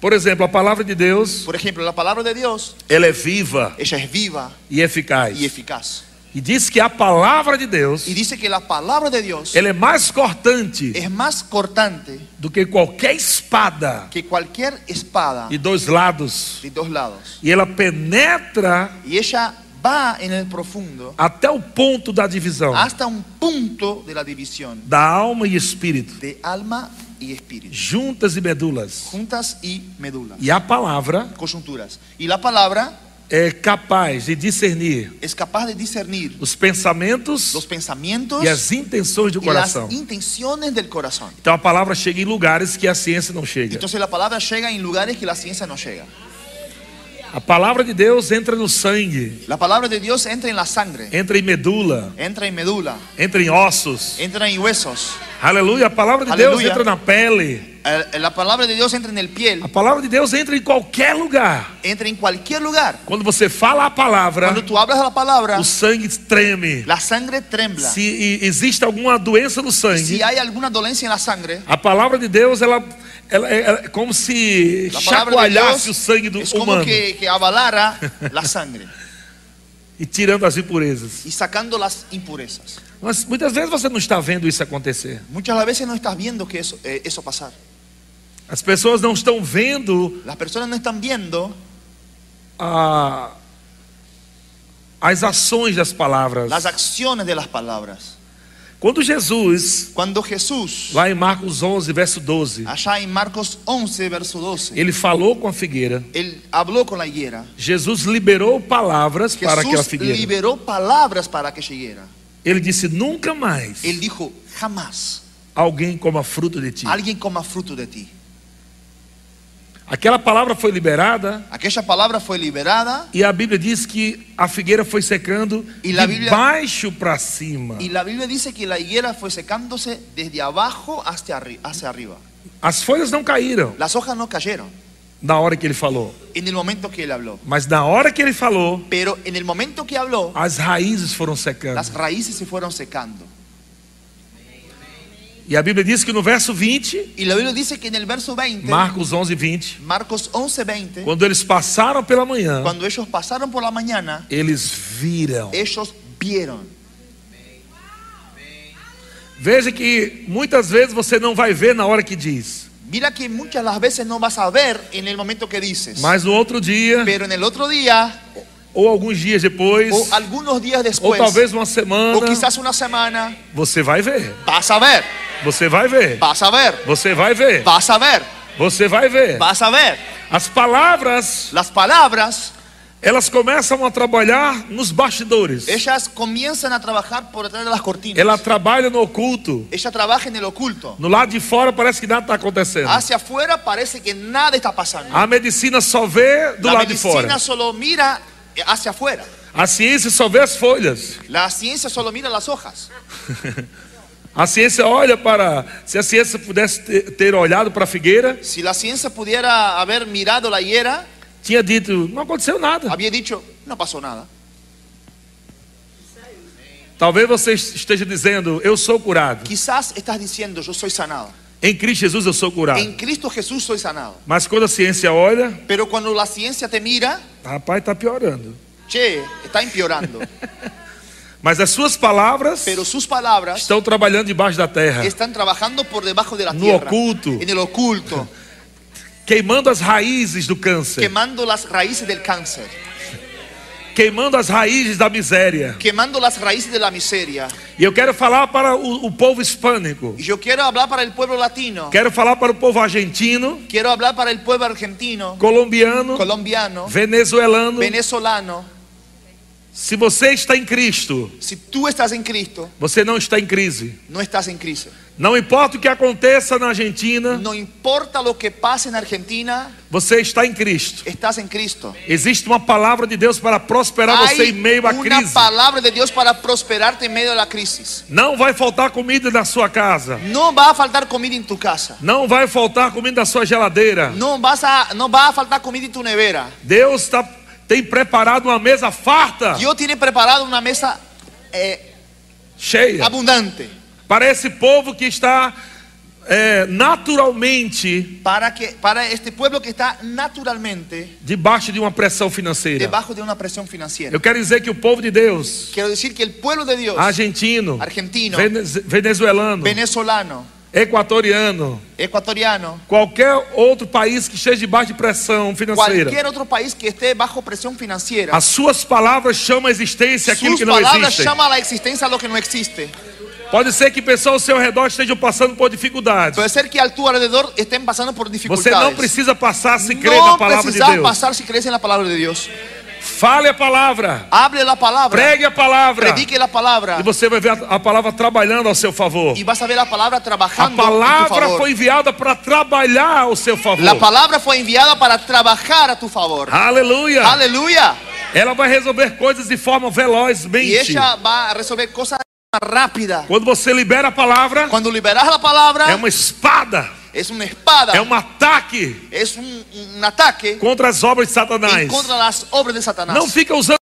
Speaker 1: Por exemplo, a palavra de Deus,
Speaker 2: Por ejemplo, la palabra de Dios,
Speaker 1: ela é viva
Speaker 2: ella es viva
Speaker 1: e eficaz.
Speaker 2: y eficaz.
Speaker 1: E diz que a palavra de Deus,
Speaker 2: Y dice que la palabra de Dios
Speaker 1: ela é mais cortante
Speaker 2: es más cortante
Speaker 1: do que qualquer espada
Speaker 2: que cualquier espada
Speaker 1: de dois lados.
Speaker 2: de dos lados.
Speaker 1: E ela penetra
Speaker 2: Y ella va en el profundo
Speaker 1: até o ponto da divisão
Speaker 2: hasta un punto de la división
Speaker 1: da alma e espírito,
Speaker 2: de alma y espíritu,
Speaker 1: juntas e medulas.
Speaker 2: juntas y médula,
Speaker 1: E a palavra
Speaker 2: coyunturas. Y la palabra
Speaker 1: é capaz de discernir
Speaker 2: es capaz de discernir
Speaker 1: os pensamentos
Speaker 2: los pensamientos
Speaker 1: e as intenções do
Speaker 2: y las
Speaker 1: coração.
Speaker 2: intenciones del corazón.
Speaker 1: Então a palavra chega em lugares que a ciência não chega.
Speaker 2: Entonces la palabra llega en lugares que la ciencia no llega.
Speaker 1: A palavra de Deus entra no sangue,
Speaker 2: La palabra de Dios entra en la sangre,
Speaker 1: entra em medula,
Speaker 2: entra en médula,
Speaker 1: entra em ossos,
Speaker 2: entra en huesos,
Speaker 1: Aleluia. A palavra de Deus
Speaker 2: Aleluia.
Speaker 1: entra na pele.
Speaker 2: Eh, La palabra de Dios entra en el piel,
Speaker 1: A palavra de Deus entra em qualquer lugar.
Speaker 2: entra en cualquier lugar.
Speaker 1: Quando você fala a palavra,
Speaker 2: Cuando tú hablas la palabra,
Speaker 1: o sangue treme.
Speaker 2: la sangre trembla.
Speaker 1: Se e- existe alguma doença no sangue,
Speaker 2: Si hay alguna dolencia en la sangre,
Speaker 1: a palavra de Deus ela, ela- ela é como se
Speaker 2: la palabra de Dios
Speaker 1: chacoalhasse o sangue do
Speaker 2: ¿eh? es como
Speaker 1: humano
Speaker 2: que, que avalara la sangre
Speaker 1: e tirando as impurezas.
Speaker 2: y sacando las impurezas.
Speaker 1: Mas muitas vezes você não está vendo isso acontecer.
Speaker 2: Muchas de las veces no estás viendo que eso, eh, eso pasar.
Speaker 1: As pessoas não estão vendo
Speaker 2: Las personas no están viendo
Speaker 1: a- as ações das palavras.
Speaker 2: las acciones de las palabras.
Speaker 1: Quando Jesus,
Speaker 2: Cuando Jesús,
Speaker 1: lá em Marcos 11, verso 12,
Speaker 2: allá en Marcos 11, verso 12,
Speaker 1: ele falou com a figueira.
Speaker 2: él habló con la higuera.
Speaker 1: Jesus liberou palavras para que a
Speaker 2: Jesús
Speaker 1: figueira.
Speaker 2: liberó palabras para que llegara.
Speaker 1: Ele disse: Nunca mais
Speaker 2: Él dijo, jamás
Speaker 1: alguém coma fruto de ti.
Speaker 2: alguien coma fruto de ti.
Speaker 1: Aquela palavra foi liberada
Speaker 2: Aquella palabra fue liberada
Speaker 1: e a Bíblia diz que a figueira foi secando
Speaker 2: E
Speaker 1: de
Speaker 2: la Bíblia-
Speaker 1: baixo para cima.
Speaker 2: y la Bíblia dice que la higuera fue secándose desde abajo hasta, arri- hacia arriba.
Speaker 1: As folhas não caíram
Speaker 2: Las hojas no cayeron
Speaker 1: na hora que ele falou,
Speaker 2: en el momento que él habló.
Speaker 1: mas na hora que ele falou,
Speaker 2: Pero en el momento que habló,
Speaker 1: as raízes foram secando.
Speaker 2: las raíces se fueron secando.
Speaker 1: E a Bíblia diz que no verso 20,
Speaker 2: Y la Biblia dice que en el verso 20,
Speaker 1: Marcos 11, 20,
Speaker 2: Marcos 11, 20,
Speaker 1: quando eles passaram pela manhã,
Speaker 2: cuando ellos pasaron por la mañana,
Speaker 1: eles viram.
Speaker 2: ellos vieron.
Speaker 1: Veja que muitas vezes você não vai ver na hora que diz,
Speaker 2: Mira que muchas las veces no vas a ver en el momento que dices,
Speaker 1: mas no outro dia,
Speaker 2: pero en el otro día
Speaker 1: ou alguns dias depois,
Speaker 2: o algunos días
Speaker 1: ou
Speaker 2: después,
Speaker 1: talvez uma semana,
Speaker 2: o quizás una semana,
Speaker 1: você vai ver.
Speaker 2: vas a ver,
Speaker 1: Você vai ver.
Speaker 2: vas a ver,
Speaker 1: Você vai ver.
Speaker 2: vas a ver,
Speaker 1: Você vai ver.
Speaker 2: vas a ver.
Speaker 1: As palavras,
Speaker 2: Las palabras,
Speaker 1: elas começam a trabalhar nos bastidores.
Speaker 2: ellas comienzan a trabajar por detrás de las cortinas.
Speaker 1: Ela trabalha no oculto.
Speaker 2: Ella trabaja en el oculto.
Speaker 1: No lado de fora parece que nada está acontecendo.
Speaker 2: Hacia afuera parece que nada está pasando.
Speaker 1: A medicina só vê do
Speaker 2: la
Speaker 1: lado Ah, de
Speaker 2: medicina
Speaker 1: fora.
Speaker 2: solo mira eh, hacia afuera.
Speaker 1: A ciência só vê as folhas.
Speaker 2: La ciencia solo mira las hojas.
Speaker 1: A ciência olha para. Se a ciência pudesse ter, ter olhado para a figueira,
Speaker 2: Si la ciencia pudiera haber mirado la hiera,
Speaker 1: tinha dito: não aconteceu nada.
Speaker 2: había dicho, no pasó nada.
Speaker 1: Talvez você esteja dizendo: eu sou curado.
Speaker 2: Quizás estás diciendo, yo soy sanado.
Speaker 1: Em Cristo Jesus eu sou curado.
Speaker 2: En Cristo Jesús soy sanado.
Speaker 1: Mas quando a ciência olha,
Speaker 2: Pero cuando la ciencia te mira,
Speaker 1: rapaz, está piorando.
Speaker 2: che, está empeorando.
Speaker 1: Mas as suas palavras
Speaker 2: Pero sus palabras
Speaker 1: estão trabalhando debaixo da terra,
Speaker 2: están trabajando por debajo de la
Speaker 1: No
Speaker 2: tierra.
Speaker 1: oculto.
Speaker 2: En el oculto.
Speaker 1: queimando as raízes do câncer,
Speaker 2: Quemando las raíces del cáncer.
Speaker 1: queimando as raízes da miséria.
Speaker 2: Quemando las raíces de la miseria.
Speaker 1: E eu quero falar para o, o povo hispânico,
Speaker 2: Y yo quiero hablar para el pueblo latino.
Speaker 1: quero falar para o povo argentino,
Speaker 2: Quiero hablar para el pueblo argentino,
Speaker 1: colombiano,
Speaker 2: colombiano,
Speaker 1: venezuelano.
Speaker 2: venezolano.
Speaker 1: Se você está em Cristo,
Speaker 2: Si tú estás en Cristo,
Speaker 1: você não está em crise.
Speaker 2: no estás en crisis.
Speaker 1: Não importa o que aconteça na Argentina,
Speaker 2: No importa lo que pase en Argentina,
Speaker 1: você está em Cristo.
Speaker 2: estás en Cristo.
Speaker 1: Existe uma palavra de Deus para prosperar você em meio à
Speaker 2: una
Speaker 1: crise.
Speaker 2: palabra de Dios para prosperarte en medio de la crisis.
Speaker 1: Não vai faltar comida na sua casa.
Speaker 2: No va a faltar comida en tu casa.
Speaker 1: Não vai faltar comida na sua geladeira.
Speaker 2: No, vas a, no va a faltar comida en tu nevera.
Speaker 1: Deus tá, tem preparado uma mesa farta,
Speaker 2: Dios tiene preparado una mesa eh,
Speaker 1: cheia,
Speaker 2: abundante
Speaker 1: para esse povo que está é, naturalmente
Speaker 2: para, que, para este pueblo que está naturalmente
Speaker 1: debaixo de uma pressão financeira.
Speaker 2: debajo de una presión financiera.
Speaker 1: Eu quero dizer que o povo de Deus,
Speaker 2: Quiero decir que el pueblo de Dios,
Speaker 1: Ah, argentino,
Speaker 2: Argentino.
Speaker 1: venez- venezuelano,
Speaker 2: venezolano,
Speaker 1: equatoriano,
Speaker 2: ecuatoriano,
Speaker 1: qualquer outro país que esteja debaixo de pressão financeira,
Speaker 2: cualquier otro país que esté bajo presión financiera,
Speaker 1: as suas palavras chamam a existência aquilo
Speaker 2: sus
Speaker 1: que não
Speaker 2: palabras
Speaker 1: existe.
Speaker 2: llama a la existencia lo que no existe.
Speaker 1: Pode ser que pessoas ao seu redor estejam passando por dificuldades.
Speaker 2: Puede ser que a tu alrededor estén pasando por
Speaker 1: Você não
Speaker 2: dificultades.
Speaker 1: precisa passar se crer na
Speaker 2: No
Speaker 1: palavra de
Speaker 2: precisas
Speaker 1: Deus.
Speaker 2: pasar si crees en la palabra de Dios.
Speaker 1: Fale a palavra,
Speaker 2: Hable la palabra,
Speaker 1: pregue a palavra,
Speaker 2: predique la palabra
Speaker 1: e você vai ver a, a palavra trabalhando ao seu favor.
Speaker 2: y vas a ver la palabra
Speaker 1: A
Speaker 2: trabajando. en tu
Speaker 1: palavra
Speaker 2: favor.
Speaker 1: foi enviada para trabalhar ao seu favor.
Speaker 2: La palabra fue enviada para trabajar a tu favor.
Speaker 1: Aleluia!
Speaker 2: Aleluya.
Speaker 1: Ela vai resolver coisas de forma
Speaker 2: Y
Speaker 1: velozmente.
Speaker 2: ella va a resolver cosas rápida.
Speaker 1: Quando você libera a palavra,
Speaker 2: Cuando liberas la palabra,
Speaker 1: é uma espada,
Speaker 2: es una espada,
Speaker 1: é um ataque
Speaker 2: es un, un ataque
Speaker 1: contra as obras de Satanás.
Speaker 2: en contra las obras de Satanás.
Speaker 1: Não fica usando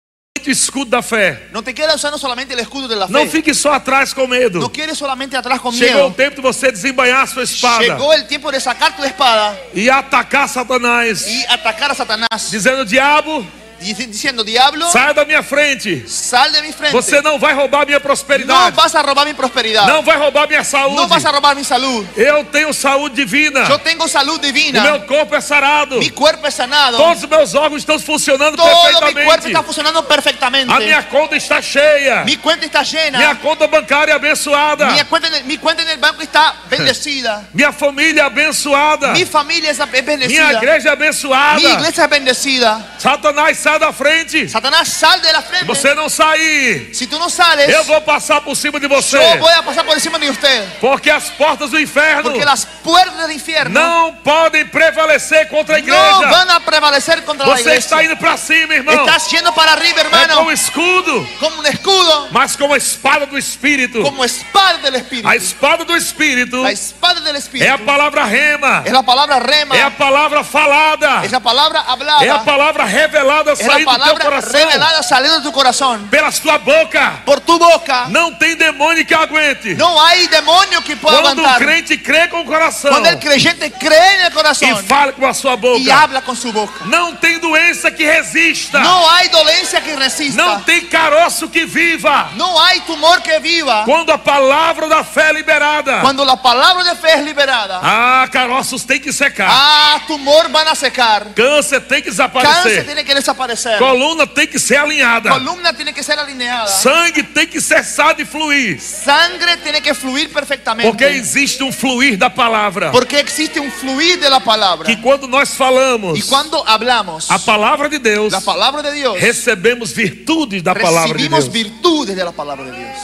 Speaker 1: o escudo da fé.
Speaker 2: No te queda usando solamente el escudo de la fe.
Speaker 1: Não fique só atrás com medo.
Speaker 2: No quieres solamente atrás con
Speaker 1: Chegou
Speaker 2: miedo.
Speaker 1: o tempo de você desembanhar a sua espada
Speaker 2: Llegó el tiempo de sacar tu espada
Speaker 1: e atacar Satanás,
Speaker 2: y atacar a Satanás,
Speaker 1: dizendo: Diabo,
Speaker 2: dic- diciendo, diablo,
Speaker 1: saia da minha frente.
Speaker 2: sal de mi frente.
Speaker 1: Você não vai roubar minha
Speaker 2: No
Speaker 1: prosperidade.
Speaker 2: vas a robar mi prosperidad.
Speaker 1: Não vai roubar minha saúde.
Speaker 2: No vas a robar mi salud.
Speaker 1: Eu tenho saúde divina.
Speaker 2: Yo tengo salud
Speaker 1: O meu
Speaker 2: divina.
Speaker 1: corpo é sarado.
Speaker 2: Mi cuerpo es sanado.
Speaker 1: Todos os meus órgãos estão funcionando
Speaker 2: Todo mi cuerpo está
Speaker 1: perfeitamente.
Speaker 2: funcionando
Speaker 1: A
Speaker 2: perfectamente.
Speaker 1: minha conta está cheia.
Speaker 2: Mi cuenta está
Speaker 1: Minha
Speaker 2: llena.
Speaker 1: conta bancária é abençoada.
Speaker 2: Mi cuenta, en el, mi cuenta en el banco está bendecida.
Speaker 1: Minha família é abençoada.
Speaker 2: Mi familia es es
Speaker 1: Minha
Speaker 2: bendecida.
Speaker 1: igreja é abençoada.
Speaker 2: Mi iglesia es bendecida.
Speaker 1: Satanás sai da frente.
Speaker 2: Satanás, sal de la frente.
Speaker 1: Você não sair.
Speaker 2: Si tú no sales,
Speaker 1: Eu vou passar por cima de você.
Speaker 2: yo voy a pasar por encima de usted.
Speaker 1: Porque as portas do inferno
Speaker 2: Porque las puertas del infierno
Speaker 1: não podem prevalecer contra a
Speaker 2: no
Speaker 1: igreja.
Speaker 2: van a prevalecer contra la
Speaker 1: Você está
Speaker 2: iglesia.
Speaker 1: indo para cima, irmão.
Speaker 2: Estás yendo para arriba,
Speaker 1: É
Speaker 2: hermano,
Speaker 1: como escudo,
Speaker 2: como un escudo,
Speaker 1: mas como a espada do espírito.
Speaker 2: como assim? espada del Espíritu.
Speaker 1: A espada do espírito
Speaker 2: La espada del
Speaker 1: é a
Speaker 2: Espíritu
Speaker 1: palavra rema,
Speaker 2: es la palabra rema,
Speaker 1: é a palavra falada,
Speaker 2: es la palabra
Speaker 1: é a
Speaker 2: hablada,
Speaker 1: palavra revelada
Speaker 2: es la
Speaker 1: saindo do teu
Speaker 2: palabra
Speaker 1: coração,
Speaker 2: revelada saliendo de tu corazón.
Speaker 1: pela sua boca.
Speaker 2: Por tu boca
Speaker 1: Não tem demônio que aguente.
Speaker 2: no hay demonio que pueda
Speaker 1: Quando o
Speaker 2: aguantar.
Speaker 1: crente crê com o coração
Speaker 2: Cuando el creyente cree en el
Speaker 1: e
Speaker 2: corazón
Speaker 1: fala com a sua
Speaker 2: y
Speaker 1: boca,
Speaker 2: habla con su boca.
Speaker 1: não tem doença que resista,
Speaker 2: No hay dolencia que
Speaker 1: não
Speaker 2: resista.
Speaker 1: tem caroço que viva.
Speaker 2: No hay tumor que viva.
Speaker 1: Quando a palavra da fé é liberada,
Speaker 2: Cuando la palabra de fe es liberada,
Speaker 1: ah, caroços tem que secar,
Speaker 2: ah, tumor van a secar.
Speaker 1: câncer tem que
Speaker 2: Cáncer
Speaker 1: desaparecer,
Speaker 2: tiene que desaparecer.
Speaker 1: coluna tem que ser alinhada.
Speaker 2: Columna tiene que ser alineada.
Speaker 1: Sangue tem que cessar de fluir,
Speaker 2: Sangre tiene que fluir
Speaker 1: porque
Speaker 2: perfectamente.
Speaker 1: existe um fluir da palavra.
Speaker 2: Porque existe un fluir de la palabra.
Speaker 1: Que quando nós
Speaker 2: Y
Speaker 1: falamos
Speaker 2: cuando hablamos
Speaker 1: a palavra de Deus,
Speaker 2: la palabra de Dios,
Speaker 1: recebemos virtudes da palavra de Deus.
Speaker 2: recibimos virtudes de la palabra de Dios.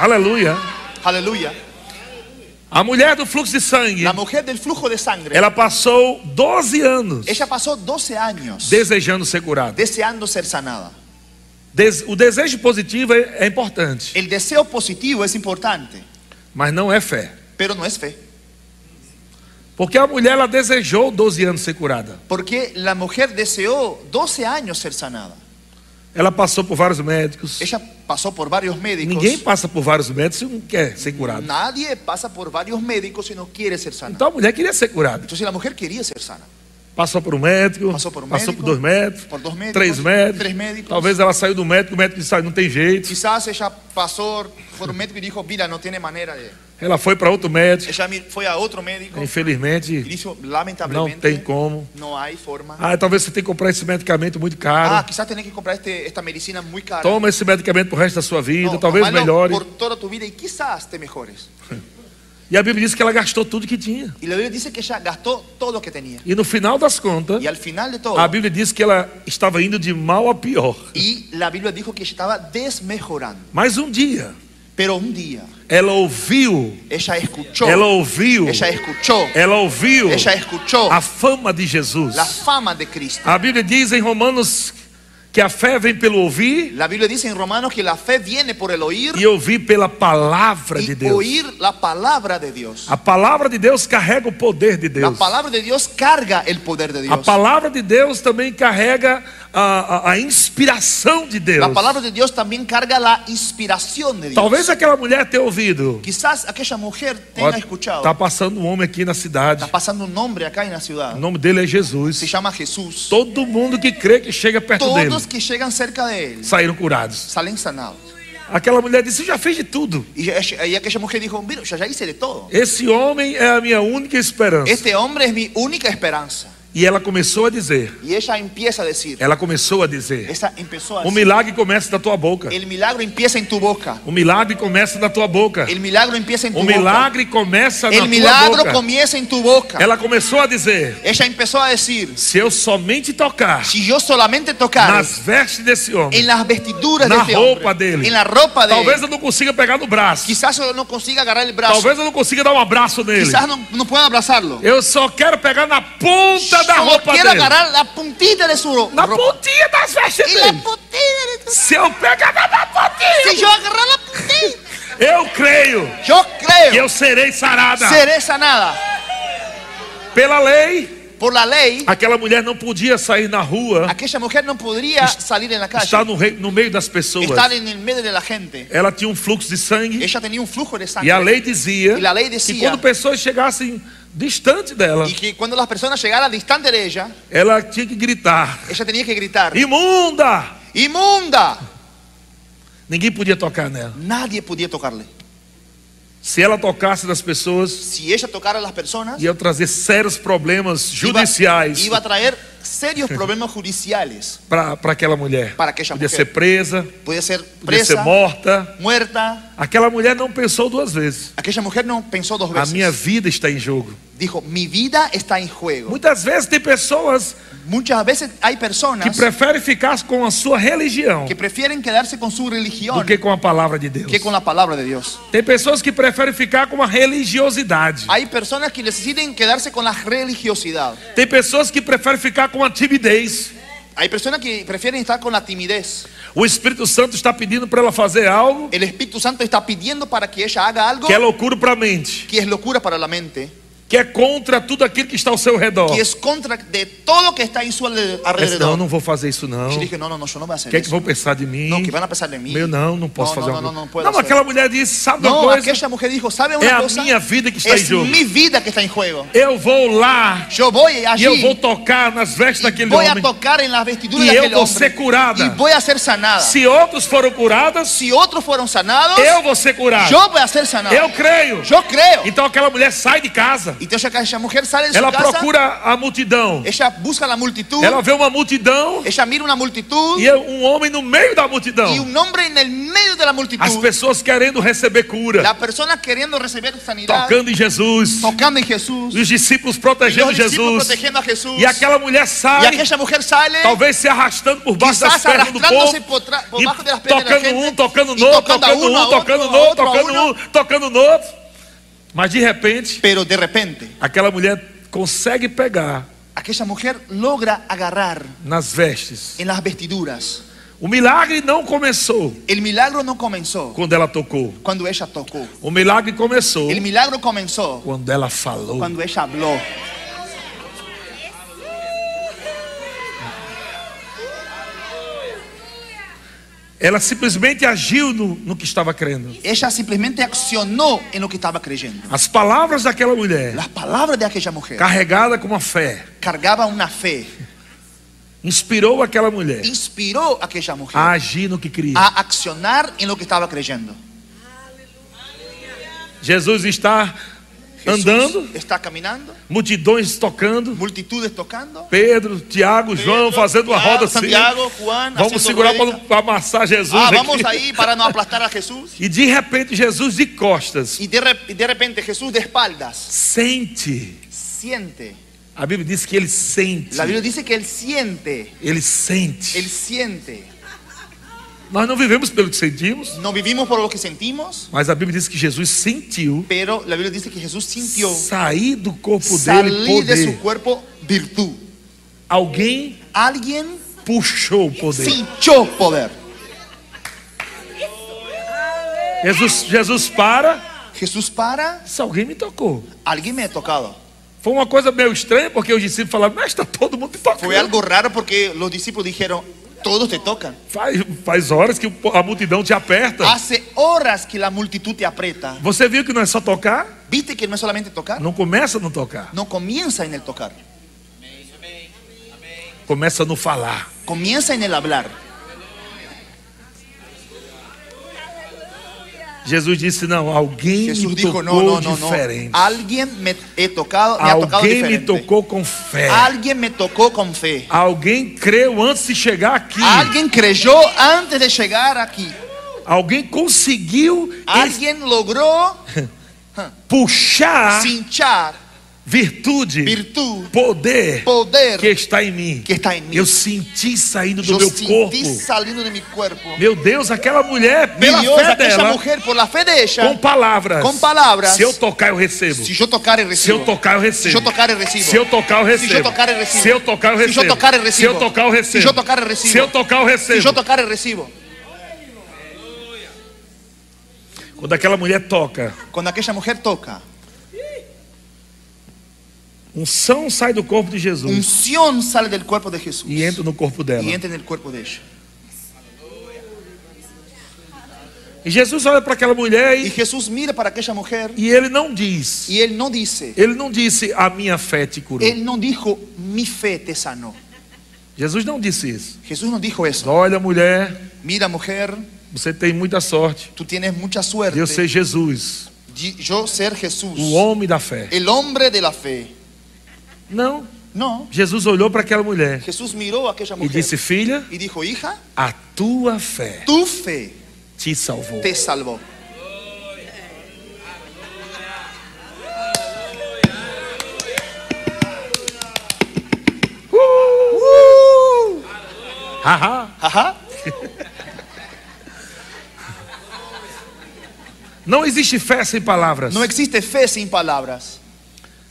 Speaker 1: Aleluia.
Speaker 2: Aleluya.
Speaker 1: A mulher do fluxo de sangue,
Speaker 2: La mujer del flujo de sangre,
Speaker 1: ela passou 12 anos
Speaker 2: ella pasó 12 años
Speaker 1: desejando ser curada.
Speaker 2: deseando ser sanada.
Speaker 1: Des- O desejo positivo é é importante,
Speaker 2: El deseo positivo es importante,
Speaker 1: mas não é fé.
Speaker 2: pero no es fe.
Speaker 1: Porque a mulher ela desejou 12 anos ser curada.
Speaker 2: Porque la mujer deseó 12 años ser sanada.
Speaker 1: Ela passou por vários médicos.
Speaker 2: Ella pasó por varios médicos.
Speaker 1: Ninguém passa por vários médicos e não quer ser curado.
Speaker 2: Nadie pasa por varios médicos si no quiere ser sana.
Speaker 1: Então a mulher queria ser curada.
Speaker 2: Entonces la mujer quería ser sana.
Speaker 1: Passou por um médico,
Speaker 2: Passou por um médico,
Speaker 1: dois médicos,
Speaker 2: por dois médicos,
Speaker 1: três médicos.
Speaker 2: três médicos.
Speaker 1: Talvez ela saiu do médico, o médico disse: "Ah, não tem jeito.
Speaker 2: Quizás ella pasó por un médico y dijo, mira, no tiene manera de...
Speaker 1: Ela foi para outro médico.
Speaker 2: Ella mi- fue a otro médico y
Speaker 1: Infelizmente,
Speaker 2: dijo,
Speaker 1: não
Speaker 2: lamentablemente,
Speaker 1: tem como.
Speaker 2: no hay forma.
Speaker 1: Ah, talvez você tenha que comprar esse medicamento muito
Speaker 2: Ah,
Speaker 1: caro.
Speaker 2: quizás tenés que comprar este- esta medicina muy cara.
Speaker 1: Toma esse medicamento pro resto da sua vida,
Speaker 2: No,
Speaker 1: talvez
Speaker 2: tomalo
Speaker 1: melhore.
Speaker 2: por toda tu vida y quizás te mejores.
Speaker 1: E a Bíblia diz que ela gastou tudo que tinha.
Speaker 2: Y la Biblia dice que ella gastó todo lo que tenía.
Speaker 1: E no final das contas,
Speaker 2: Y al final de todo,
Speaker 1: a Bíblia diz que ela estava indo de mal a pior.
Speaker 2: y la Biblia dijo que ella estaba desmejorando.
Speaker 1: Mas um dia,
Speaker 2: Pero un día,
Speaker 1: ela ouviu,
Speaker 2: ella escuchó,
Speaker 1: ela ouviu,
Speaker 2: ella escuchó,
Speaker 1: ela ouviu
Speaker 2: ella escuchó
Speaker 1: a fama de Jesus.
Speaker 2: la fama de Cristo.
Speaker 1: A Bíblia diz em Romanos que a fé vem pelo ouvir
Speaker 2: La Biblia dice en Romanos que la fe viene por el oír
Speaker 1: e ouvir pela palavra de Ah,
Speaker 2: y
Speaker 1: Deus.
Speaker 2: oír la palabra de Dios.
Speaker 1: A palavra de Deus carrega o poder de
Speaker 2: La
Speaker 1: Deus.
Speaker 2: palabra de Dios carga el poder de
Speaker 1: A
Speaker 2: Dios.
Speaker 1: palavra de Deus também carrega a, a- a inspiração de Deus.
Speaker 2: La palabra de Dios también carga la inspiración de Dios.
Speaker 1: Talvez aquela mulher tenha ouvido.
Speaker 2: Quizás aquella mujer
Speaker 1: Ó,
Speaker 2: tenga escuchado.
Speaker 1: Tá passando um homem aqui na cidade.
Speaker 2: Está pasando un hombre acá en la ciudad.
Speaker 1: O nome dele é
Speaker 2: Se
Speaker 1: Jesus.
Speaker 2: llama Jesús.
Speaker 1: Todo mundo que crê que chega perto dele
Speaker 2: Todos que llegan cerca de él
Speaker 1: saíram curados.
Speaker 2: salen sanados.
Speaker 1: Aquela mulher disse: Eu já fiz de tudo.
Speaker 2: Y, ella- y aquella mujer dijo, mira, yo ya hice de todo.
Speaker 1: Esse homem é a minha única esperança.
Speaker 2: Este hombre es mi única esperanza.
Speaker 1: E ela começou a dizer.
Speaker 2: Y ella empieza a decir,
Speaker 1: Ela começou a dizer:
Speaker 2: esa empezó a
Speaker 1: O
Speaker 2: decir,
Speaker 1: milagre começa da tua boca.
Speaker 2: el milagro empieza en tu boca.
Speaker 1: O milagre começa da tua boca.
Speaker 2: El milagro empieza en tu
Speaker 1: O
Speaker 2: boca.
Speaker 1: milagre começa na
Speaker 2: El
Speaker 1: tua
Speaker 2: milagro
Speaker 1: boca.
Speaker 2: comienza en tu boca.
Speaker 1: Ela começou a dizer:
Speaker 2: Ella empezó a decir,
Speaker 1: Se eu somente tocar
Speaker 2: si yo solamente tocara
Speaker 1: nas vestes desse homem,
Speaker 2: en las vestiduras de
Speaker 1: na
Speaker 2: este
Speaker 1: roupa
Speaker 2: hombre,
Speaker 1: dele.
Speaker 2: en la ropa de
Speaker 1: talvez
Speaker 2: él,
Speaker 1: eu não consiga pegar no braço.
Speaker 2: quizás yo no consiga agarrar el brazo,
Speaker 1: Talvez eu não consiga dar um abraço nele.
Speaker 2: quizás no, no pueda abrazarlo.
Speaker 1: Eu só quero pegar na ponta ponta da
Speaker 2: solo
Speaker 1: roupa
Speaker 2: quiero
Speaker 1: dele.
Speaker 2: agarrar la puntita de su ro-
Speaker 1: Na
Speaker 2: ropa.
Speaker 1: pontinha das vestes
Speaker 2: Y la
Speaker 1: dele.
Speaker 2: puntita de su-
Speaker 1: Se eu pegar na
Speaker 2: Si
Speaker 1: pontinha,
Speaker 2: yo agarrar la puntita,
Speaker 1: eu creio
Speaker 2: yo
Speaker 1: que
Speaker 2: creo
Speaker 1: eu serei sarada.
Speaker 2: seré sanada.
Speaker 1: Pela lei,
Speaker 2: Por la ley,
Speaker 1: aquela mulher não podia sair na rua,
Speaker 2: aquella mujer no podría salir en la calle.
Speaker 1: estar no, rei- no meio das pessoas.
Speaker 2: Estar en el medio de la gente.
Speaker 1: Ela tinha um fluxo de sangue
Speaker 2: Ella tenía un flujo de
Speaker 1: e
Speaker 2: sangre.
Speaker 1: a lei dizia
Speaker 2: E a lei
Speaker 1: que
Speaker 2: dizia-
Speaker 1: quando pessoas chegassem distante dela,
Speaker 2: Y que cuando las personas llegaran distante de ella,
Speaker 1: ela tinha que gritar:
Speaker 2: ella tenía que gritar,
Speaker 1: imunda!
Speaker 2: ¡Inmunda!
Speaker 1: Ninguém podia tocar nela.
Speaker 2: Nadie podía tocarle.
Speaker 1: Se ela tocasse nas pessoas,
Speaker 2: Si ella tocara a las personas,
Speaker 1: ia trazer sérios problemas
Speaker 2: iba,
Speaker 1: judiciais
Speaker 2: iba a traer serios problemas judiciales.
Speaker 1: para aquela mulher.
Speaker 2: Para aquela
Speaker 1: podia
Speaker 2: mulher.
Speaker 1: ser presa,
Speaker 2: Puede ser
Speaker 1: podia ser
Speaker 2: presa,
Speaker 1: morta.
Speaker 2: muerta.
Speaker 1: Aquela mulher não pensou duas vezes.
Speaker 2: Aquella mujer no pensó dos
Speaker 1: A
Speaker 2: veces.
Speaker 1: minha vida está em jogo.
Speaker 2: Dijo, mi vida está en juego.
Speaker 1: Muitas vezes tem pessoas
Speaker 2: Muchas veces hay
Speaker 1: que
Speaker 2: personas
Speaker 1: preferem ficar com a sua religião
Speaker 2: que prefieren quedarse con su
Speaker 1: do
Speaker 2: religión
Speaker 1: que com a palavra de Deus.
Speaker 2: que con la palabra de Dios.
Speaker 1: Tem pessoas que preferem ficar com a religiosidade.
Speaker 2: Hay personas que necesitan quedarse con la religiosidad.
Speaker 1: Tem pessoas que preferem ficar com a timidez.
Speaker 2: Hay personas que prefieren estar con la timidez.
Speaker 1: O Espírito Santo está pedindo para ela fazer algo
Speaker 2: El Espíritu Santo está pidiendo para que ella haga algo
Speaker 1: que é loucura para a mente,
Speaker 2: que es locura para la mente,
Speaker 1: que é contra tudo aquilo que está ao seu redor.
Speaker 2: que es contra de todo lo que está en su alre-
Speaker 1: Mas, não, eu
Speaker 2: alrededor.
Speaker 1: não vou fazer isso não.
Speaker 2: Yo
Speaker 1: O
Speaker 2: dije, no, no, no, yo no voy a hacer
Speaker 1: que é que
Speaker 2: eso.
Speaker 1: vão pensar de mim?
Speaker 2: No, que van a pensar de mí.
Speaker 1: Meu não, não posso
Speaker 2: No,
Speaker 1: fazer
Speaker 2: no,
Speaker 1: alguma
Speaker 2: no, no,
Speaker 1: coisa.
Speaker 2: puedo
Speaker 1: Não,
Speaker 2: hacer.
Speaker 1: aquela mulher disse, sabe uma
Speaker 2: No,
Speaker 1: coisa?
Speaker 2: aquella mujer dijo, ¿sabe
Speaker 1: É
Speaker 2: una
Speaker 1: a
Speaker 2: cosa?
Speaker 1: minha vida que está em
Speaker 2: Es
Speaker 1: jogo.
Speaker 2: mi vida que está en juego.
Speaker 1: Eu vou lá
Speaker 2: Yo voy
Speaker 1: e eu vou
Speaker 2: allí,
Speaker 1: tocar nas vestes daquele
Speaker 2: voy a
Speaker 1: homem.
Speaker 2: tocar en las vestiduras
Speaker 1: Y
Speaker 2: de
Speaker 1: yo
Speaker 2: aquel
Speaker 1: voy a ser
Speaker 2: hombre.
Speaker 1: curada.
Speaker 2: Y voy a ser sanada.
Speaker 1: Se outros foram curados,
Speaker 2: Si otros fueron sanados,
Speaker 1: eu vou ser curado.
Speaker 2: yo voy a ser sanado.
Speaker 1: Eu creio.
Speaker 2: Yo creo.
Speaker 1: Então aquela mulher sai de casa.
Speaker 2: Entonces aquella mujer sale de su
Speaker 1: Ela
Speaker 2: casa,
Speaker 1: procura a multidão.
Speaker 2: ella busca la multitud,
Speaker 1: Ela vê uma multidão
Speaker 2: ella mira una multitud
Speaker 1: e um homem no meio da
Speaker 2: y
Speaker 1: multidão.
Speaker 2: un hombre en el medio de la multitud.
Speaker 1: As pessoas querendo receber cura,
Speaker 2: Las personas queriendo recibir sanidad,
Speaker 1: tocando em Jesus,
Speaker 2: tocando en Jesús,
Speaker 1: Então os discípulos
Speaker 2: y
Speaker 1: protegendo
Speaker 2: los discípulos
Speaker 1: Jesus.
Speaker 2: protegiendo a Jesús.
Speaker 1: E aquela mulher
Speaker 2: Y
Speaker 1: sai,
Speaker 2: aquella mujer sale,
Speaker 1: talvez se arrastando por baixo das
Speaker 2: É. quizás
Speaker 1: pernas do
Speaker 2: arrastrándose
Speaker 1: povo.
Speaker 2: por, tra- por
Speaker 1: E
Speaker 2: bajo de las piernas de la
Speaker 1: tocando
Speaker 2: gente,
Speaker 1: um, tocando
Speaker 2: y
Speaker 1: no outro,
Speaker 2: tocando a
Speaker 1: tocando
Speaker 2: uno, a
Speaker 1: um, tocando
Speaker 2: otro,
Speaker 1: no
Speaker 2: a
Speaker 1: outro,
Speaker 2: otro, a
Speaker 1: tocando
Speaker 2: uno.
Speaker 1: no tocando no outro. Mas de repente,
Speaker 2: Pero de repente,
Speaker 1: aquela mulher consegue pegar
Speaker 2: aquella mujer logra agarrar
Speaker 1: nas vestes.
Speaker 2: en las vestiduras.
Speaker 1: O milagre não começou
Speaker 2: El milagro no comenzó
Speaker 1: quando ela tocou.
Speaker 2: cuando ella tocó.
Speaker 1: O milagre começou
Speaker 2: El milagro comenzó
Speaker 1: quando ela falou.
Speaker 2: cuando ella habló.
Speaker 1: Ela simplesmente agiu no, no que estava crendo.
Speaker 2: Ella simplemente accionó en lo que estaba creyendo.
Speaker 1: As palavras daquela mulher,
Speaker 2: Las palabras de aquella mujer
Speaker 1: carregada com a fé,
Speaker 2: cargaba una fe,
Speaker 1: inspirou aquela mulher
Speaker 2: inspiró a aquella mujer
Speaker 1: a agir no que cria.
Speaker 2: a accionar en lo que estaba creyendo.
Speaker 1: Jesus está
Speaker 2: Jesús
Speaker 1: andando,
Speaker 2: está caminando,
Speaker 1: multidões tocando.
Speaker 2: multitudes tocando.
Speaker 1: Pedro, Tiago, João
Speaker 2: Pedro,
Speaker 1: fazendo uma
Speaker 2: Tiago,
Speaker 1: roda assim.
Speaker 2: Santiago, Juan,
Speaker 1: Vamos
Speaker 2: haciendo
Speaker 1: segurar para
Speaker 2: rueda.
Speaker 1: não- para amassar Jesus.
Speaker 2: Ah,
Speaker 1: aqui.
Speaker 2: vamos ahí para no aplastar a Jesús.
Speaker 1: E de repente, Jesus de costas
Speaker 2: Y de, rep- de repente Jesús de espaldas
Speaker 1: sente.
Speaker 2: siente.
Speaker 1: A Bíblia diz que ele sente.
Speaker 2: La Biblia dice que él siente,
Speaker 1: Ele sente.
Speaker 2: él siente.
Speaker 1: Nós não vivemos pelo que sentimos,
Speaker 2: No vivimos por lo que sentimos,
Speaker 1: mas a Bíblia diz que Jesus sentiu
Speaker 2: pero la Biblia dice que Jesús sintió
Speaker 1: sair do corpo dele
Speaker 2: salir de
Speaker 1: poder.
Speaker 2: su cuerpo virtud.
Speaker 1: Alguém
Speaker 2: Alguien
Speaker 1: puxou o poder.
Speaker 2: sintió poder.
Speaker 1: Jesus, Jesus para.
Speaker 2: Jesús para,
Speaker 1: Se alguém me tocou.
Speaker 2: alguien me ha tocado.
Speaker 1: Foi uma coisa meio estranha, porque os discípulos falaram, mas está todo mundo me tocando.
Speaker 2: Fue algo raro porque los discípulos dijeron, todos te tocan.
Speaker 1: Faz, faz horas que a multidão te aperta.
Speaker 2: Hace horas que la multitud te aprieta.
Speaker 1: Você viu que não é só tocar?
Speaker 2: ¿Viste que no es solamente tocar?
Speaker 1: Não começa no tocar.
Speaker 2: No comienza en el tocar,
Speaker 1: Começa no falar.
Speaker 2: comienza en el hablar.
Speaker 1: Jesus disse, não, alguém
Speaker 2: Jesús
Speaker 1: me
Speaker 2: dijo,
Speaker 1: tocou
Speaker 2: no, no, no, no.
Speaker 1: diferente.
Speaker 2: Alguien me he tocado, me ha tocado
Speaker 1: Alguém Ah, me Ah.
Speaker 2: diferente.
Speaker 1: tocou com fé.
Speaker 2: Alguien me tocó con fe.
Speaker 1: Alguém creu antes de chegar aqui.
Speaker 2: Alguien creyó antes de llegar aquí.
Speaker 1: Alguém conseguiu
Speaker 2: Alguien logró Ah.
Speaker 1: puxar
Speaker 2: cinchar
Speaker 1: virtude,
Speaker 2: virtud,
Speaker 1: poder
Speaker 2: poder
Speaker 1: que está em mim.
Speaker 2: que está en mí.
Speaker 1: Eu senti saindo do
Speaker 2: Yo
Speaker 1: meu
Speaker 2: sentí
Speaker 1: corpo.
Speaker 2: saliendo de mi cuerpo.
Speaker 1: Meu Deus, aquela mulher,
Speaker 2: Mi
Speaker 1: pela
Speaker 2: Dios,
Speaker 1: fé
Speaker 2: aquella
Speaker 1: dela,
Speaker 2: mujer, por la fe de ella,
Speaker 1: com palavras.
Speaker 2: Com palavras.
Speaker 1: Se eu tocar, eu recebo.
Speaker 2: si yo tocar el
Speaker 1: Se
Speaker 2: recibo.
Speaker 1: eu tocar, eu recebo.
Speaker 2: Se eu tocar, eu recebo.
Speaker 1: Se eu tocar, eu recebo.
Speaker 2: Se eu tocar, eu recebo.
Speaker 1: Se eu tocar, eu recebo.
Speaker 2: Se eu tocar, eu
Speaker 1: Se eu
Speaker 2: recebo.
Speaker 1: tocar, eu recebo.
Speaker 2: Se eu tocar, eu recebo.
Speaker 1: Se eu tocar, eu
Speaker 2: si yo
Speaker 1: recebo.
Speaker 2: tocar el recibo.
Speaker 1: Quando aquela mulher toca,
Speaker 2: Cuando aquella mujer toca,
Speaker 1: unção um sai do corpo de Jesus
Speaker 2: unción sale del cuerpo de Jesús
Speaker 1: e entra no corpo dela.
Speaker 2: y entra en el cuerpo de ella.
Speaker 1: E Jesus olha para aquela mulher
Speaker 2: Y
Speaker 1: e,
Speaker 2: Jesús mira para aquella mujer
Speaker 1: e ele não diz.
Speaker 2: y él no dice,
Speaker 1: Ele não disse a minha fé te curou.
Speaker 2: él no dijo, mi fe te sanó.
Speaker 1: Jesus não disse isso.
Speaker 2: Jesús no dijo eso.
Speaker 1: Olha, mulher,
Speaker 2: Mira mujer,
Speaker 1: você tem muita sorte
Speaker 2: tú tienes mucha
Speaker 1: de eu ser
Speaker 2: suerte.
Speaker 1: Jesus,
Speaker 2: Di- Yo ser Jesús,
Speaker 1: o homem da fé.
Speaker 2: el hombre de la fe.
Speaker 1: Não.
Speaker 2: No,
Speaker 1: Jesus olhou para aquela mulher
Speaker 2: Jesús miró a aquella
Speaker 1: e disse:
Speaker 2: mujer
Speaker 1: Filha,
Speaker 2: y dijo, hija,
Speaker 1: a tua fé
Speaker 2: tu fe
Speaker 1: te salvou.
Speaker 2: te salvó.
Speaker 1: Uh! Haha.
Speaker 2: Ajá.
Speaker 1: Não existe fé sem palavras.
Speaker 2: No existe fe sin palabras.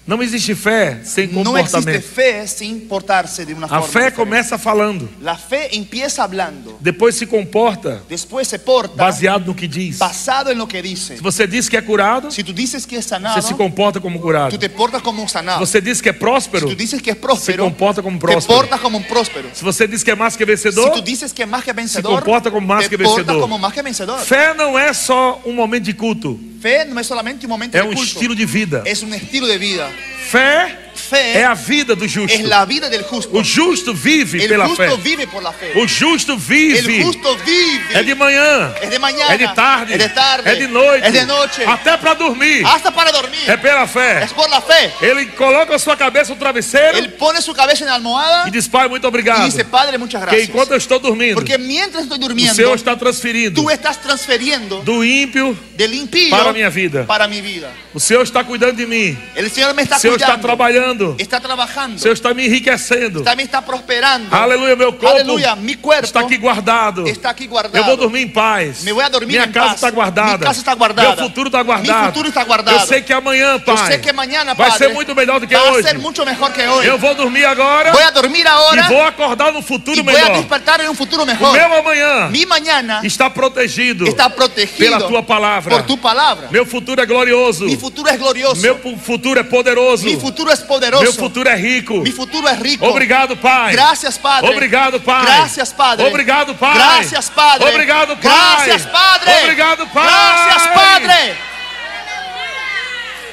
Speaker 1: Não existe fé sem
Speaker 2: No existe
Speaker 1: comportamento.
Speaker 2: fe sin portarse de una
Speaker 1: A
Speaker 2: forma.
Speaker 1: fé
Speaker 2: diferente.
Speaker 1: começa falando,
Speaker 2: La fe empieza hablando,
Speaker 1: depois se comporta
Speaker 2: después se porta
Speaker 1: baseado no que diz. Se
Speaker 2: basado en lo que dice.
Speaker 1: você diz que é curado,
Speaker 2: Si tú dices que es
Speaker 1: você se
Speaker 2: sanado,
Speaker 1: comporta como curado.
Speaker 2: tú te portas como un
Speaker 1: Se
Speaker 2: sanado.
Speaker 1: você diz que é
Speaker 2: Si
Speaker 1: próspero,
Speaker 2: tú dices que es
Speaker 1: se
Speaker 2: próspero,
Speaker 1: comporta como
Speaker 2: te
Speaker 1: próspero.
Speaker 2: portas como un próspero.
Speaker 1: Se você diz que é mais que
Speaker 2: Si tú
Speaker 1: vencedor,
Speaker 2: dices que es más que vencedor,
Speaker 1: comporta como más
Speaker 2: te
Speaker 1: que
Speaker 2: portas
Speaker 1: vencedor.
Speaker 2: como más que vencedor.
Speaker 1: fé não é só um momento de culto,
Speaker 2: Fe no es solamente un momento
Speaker 1: é
Speaker 2: de
Speaker 1: um
Speaker 2: culto, É-
Speaker 1: estilo de vida.
Speaker 2: es un estilo de vida.
Speaker 1: Fé
Speaker 2: Fe
Speaker 1: é a vida do justo.
Speaker 2: es la vida del justo.
Speaker 1: O justo vive
Speaker 2: El
Speaker 1: pela fé.
Speaker 2: justo vive por la fe.
Speaker 1: O justo
Speaker 2: El
Speaker 1: vive.
Speaker 2: justo vive.
Speaker 1: É de manhã,
Speaker 2: Es de mañana.
Speaker 1: é de tarde,
Speaker 2: Es de tarde.
Speaker 1: é de Ah, noite,
Speaker 2: Es de Ah. noche.
Speaker 1: até para dormir.
Speaker 2: Hasta para dormir.
Speaker 1: É pela fé.
Speaker 2: Es por la fe.
Speaker 1: Ele coloca a sua cabeça no travesseiro
Speaker 2: Él pone su cabeza en la almohada
Speaker 1: e diz: Pai, muito
Speaker 2: y
Speaker 1: obrigado.
Speaker 2: dice, Padre, muchas
Speaker 1: Que
Speaker 2: gracias.
Speaker 1: enquanto eu estou dormindo,
Speaker 2: é Porque mientras estoy
Speaker 1: o Senhor
Speaker 2: durmiendo,
Speaker 1: está transferindo
Speaker 2: tú estás transferiendo
Speaker 1: do ímpio.
Speaker 2: del impío
Speaker 1: para mi vida.
Speaker 2: para mi vida.
Speaker 1: O Senhor está cuidando de mim.
Speaker 2: El Señor me está
Speaker 1: O Senhor está
Speaker 2: cuidando,
Speaker 1: trabalhando.
Speaker 2: está
Speaker 1: O
Speaker 2: trabajando,
Speaker 1: Senhor está me enriquecendo.
Speaker 2: está, então. me está prosperando.
Speaker 1: Aleluia, meu corpo
Speaker 2: Aleluya, mi cuerpo
Speaker 1: está aqui guardado.
Speaker 2: está aquí guardado.
Speaker 1: Eu vou dormir em paz.
Speaker 2: Me voy a dormir
Speaker 1: Minha
Speaker 2: em
Speaker 1: casa
Speaker 2: paz.
Speaker 1: está guardada.
Speaker 2: Minha casa está guardada.
Speaker 1: Meu futuro está
Speaker 2: Mi
Speaker 1: guardado.
Speaker 2: futuro está guardado.
Speaker 1: Eu sei que amanhã,
Speaker 2: Yo
Speaker 1: Pai,
Speaker 2: sé que mañana,
Speaker 1: vai
Speaker 2: Padre,
Speaker 1: ser muito melhor do que
Speaker 2: va a
Speaker 1: hoje.
Speaker 2: ser mucho mejor que hoy.
Speaker 1: Eu vou dormir agora
Speaker 2: Voy a dormir ahora
Speaker 1: e vou acordar no
Speaker 2: y
Speaker 1: futuro
Speaker 2: voy a
Speaker 1: melhor.
Speaker 2: despertar en un futuro
Speaker 1: O
Speaker 2: mejor.
Speaker 1: meu amanhã
Speaker 2: Mi mañana
Speaker 1: está protegido
Speaker 2: está protegido
Speaker 1: pela tua palavra.
Speaker 2: por tu palabra.
Speaker 1: Meu futuro é glorioso.
Speaker 2: Mi futuro es glorioso.
Speaker 1: Meu pu- futuro é poderoso.
Speaker 2: Mi futuro es poderoso.
Speaker 1: Meu futuro é rico.
Speaker 2: Mi futuro es rico.
Speaker 1: Obrigado, Pai.
Speaker 2: Gracias, Padre.
Speaker 1: Obrigado, Pai.
Speaker 2: Gracias, Padre.
Speaker 1: Obrigado, Pai.
Speaker 2: Gracias, Padre.
Speaker 1: Obrigado, Pai.
Speaker 2: Gracias, Padre.
Speaker 1: Obrigado, Pai.
Speaker 2: Gracias, Padre.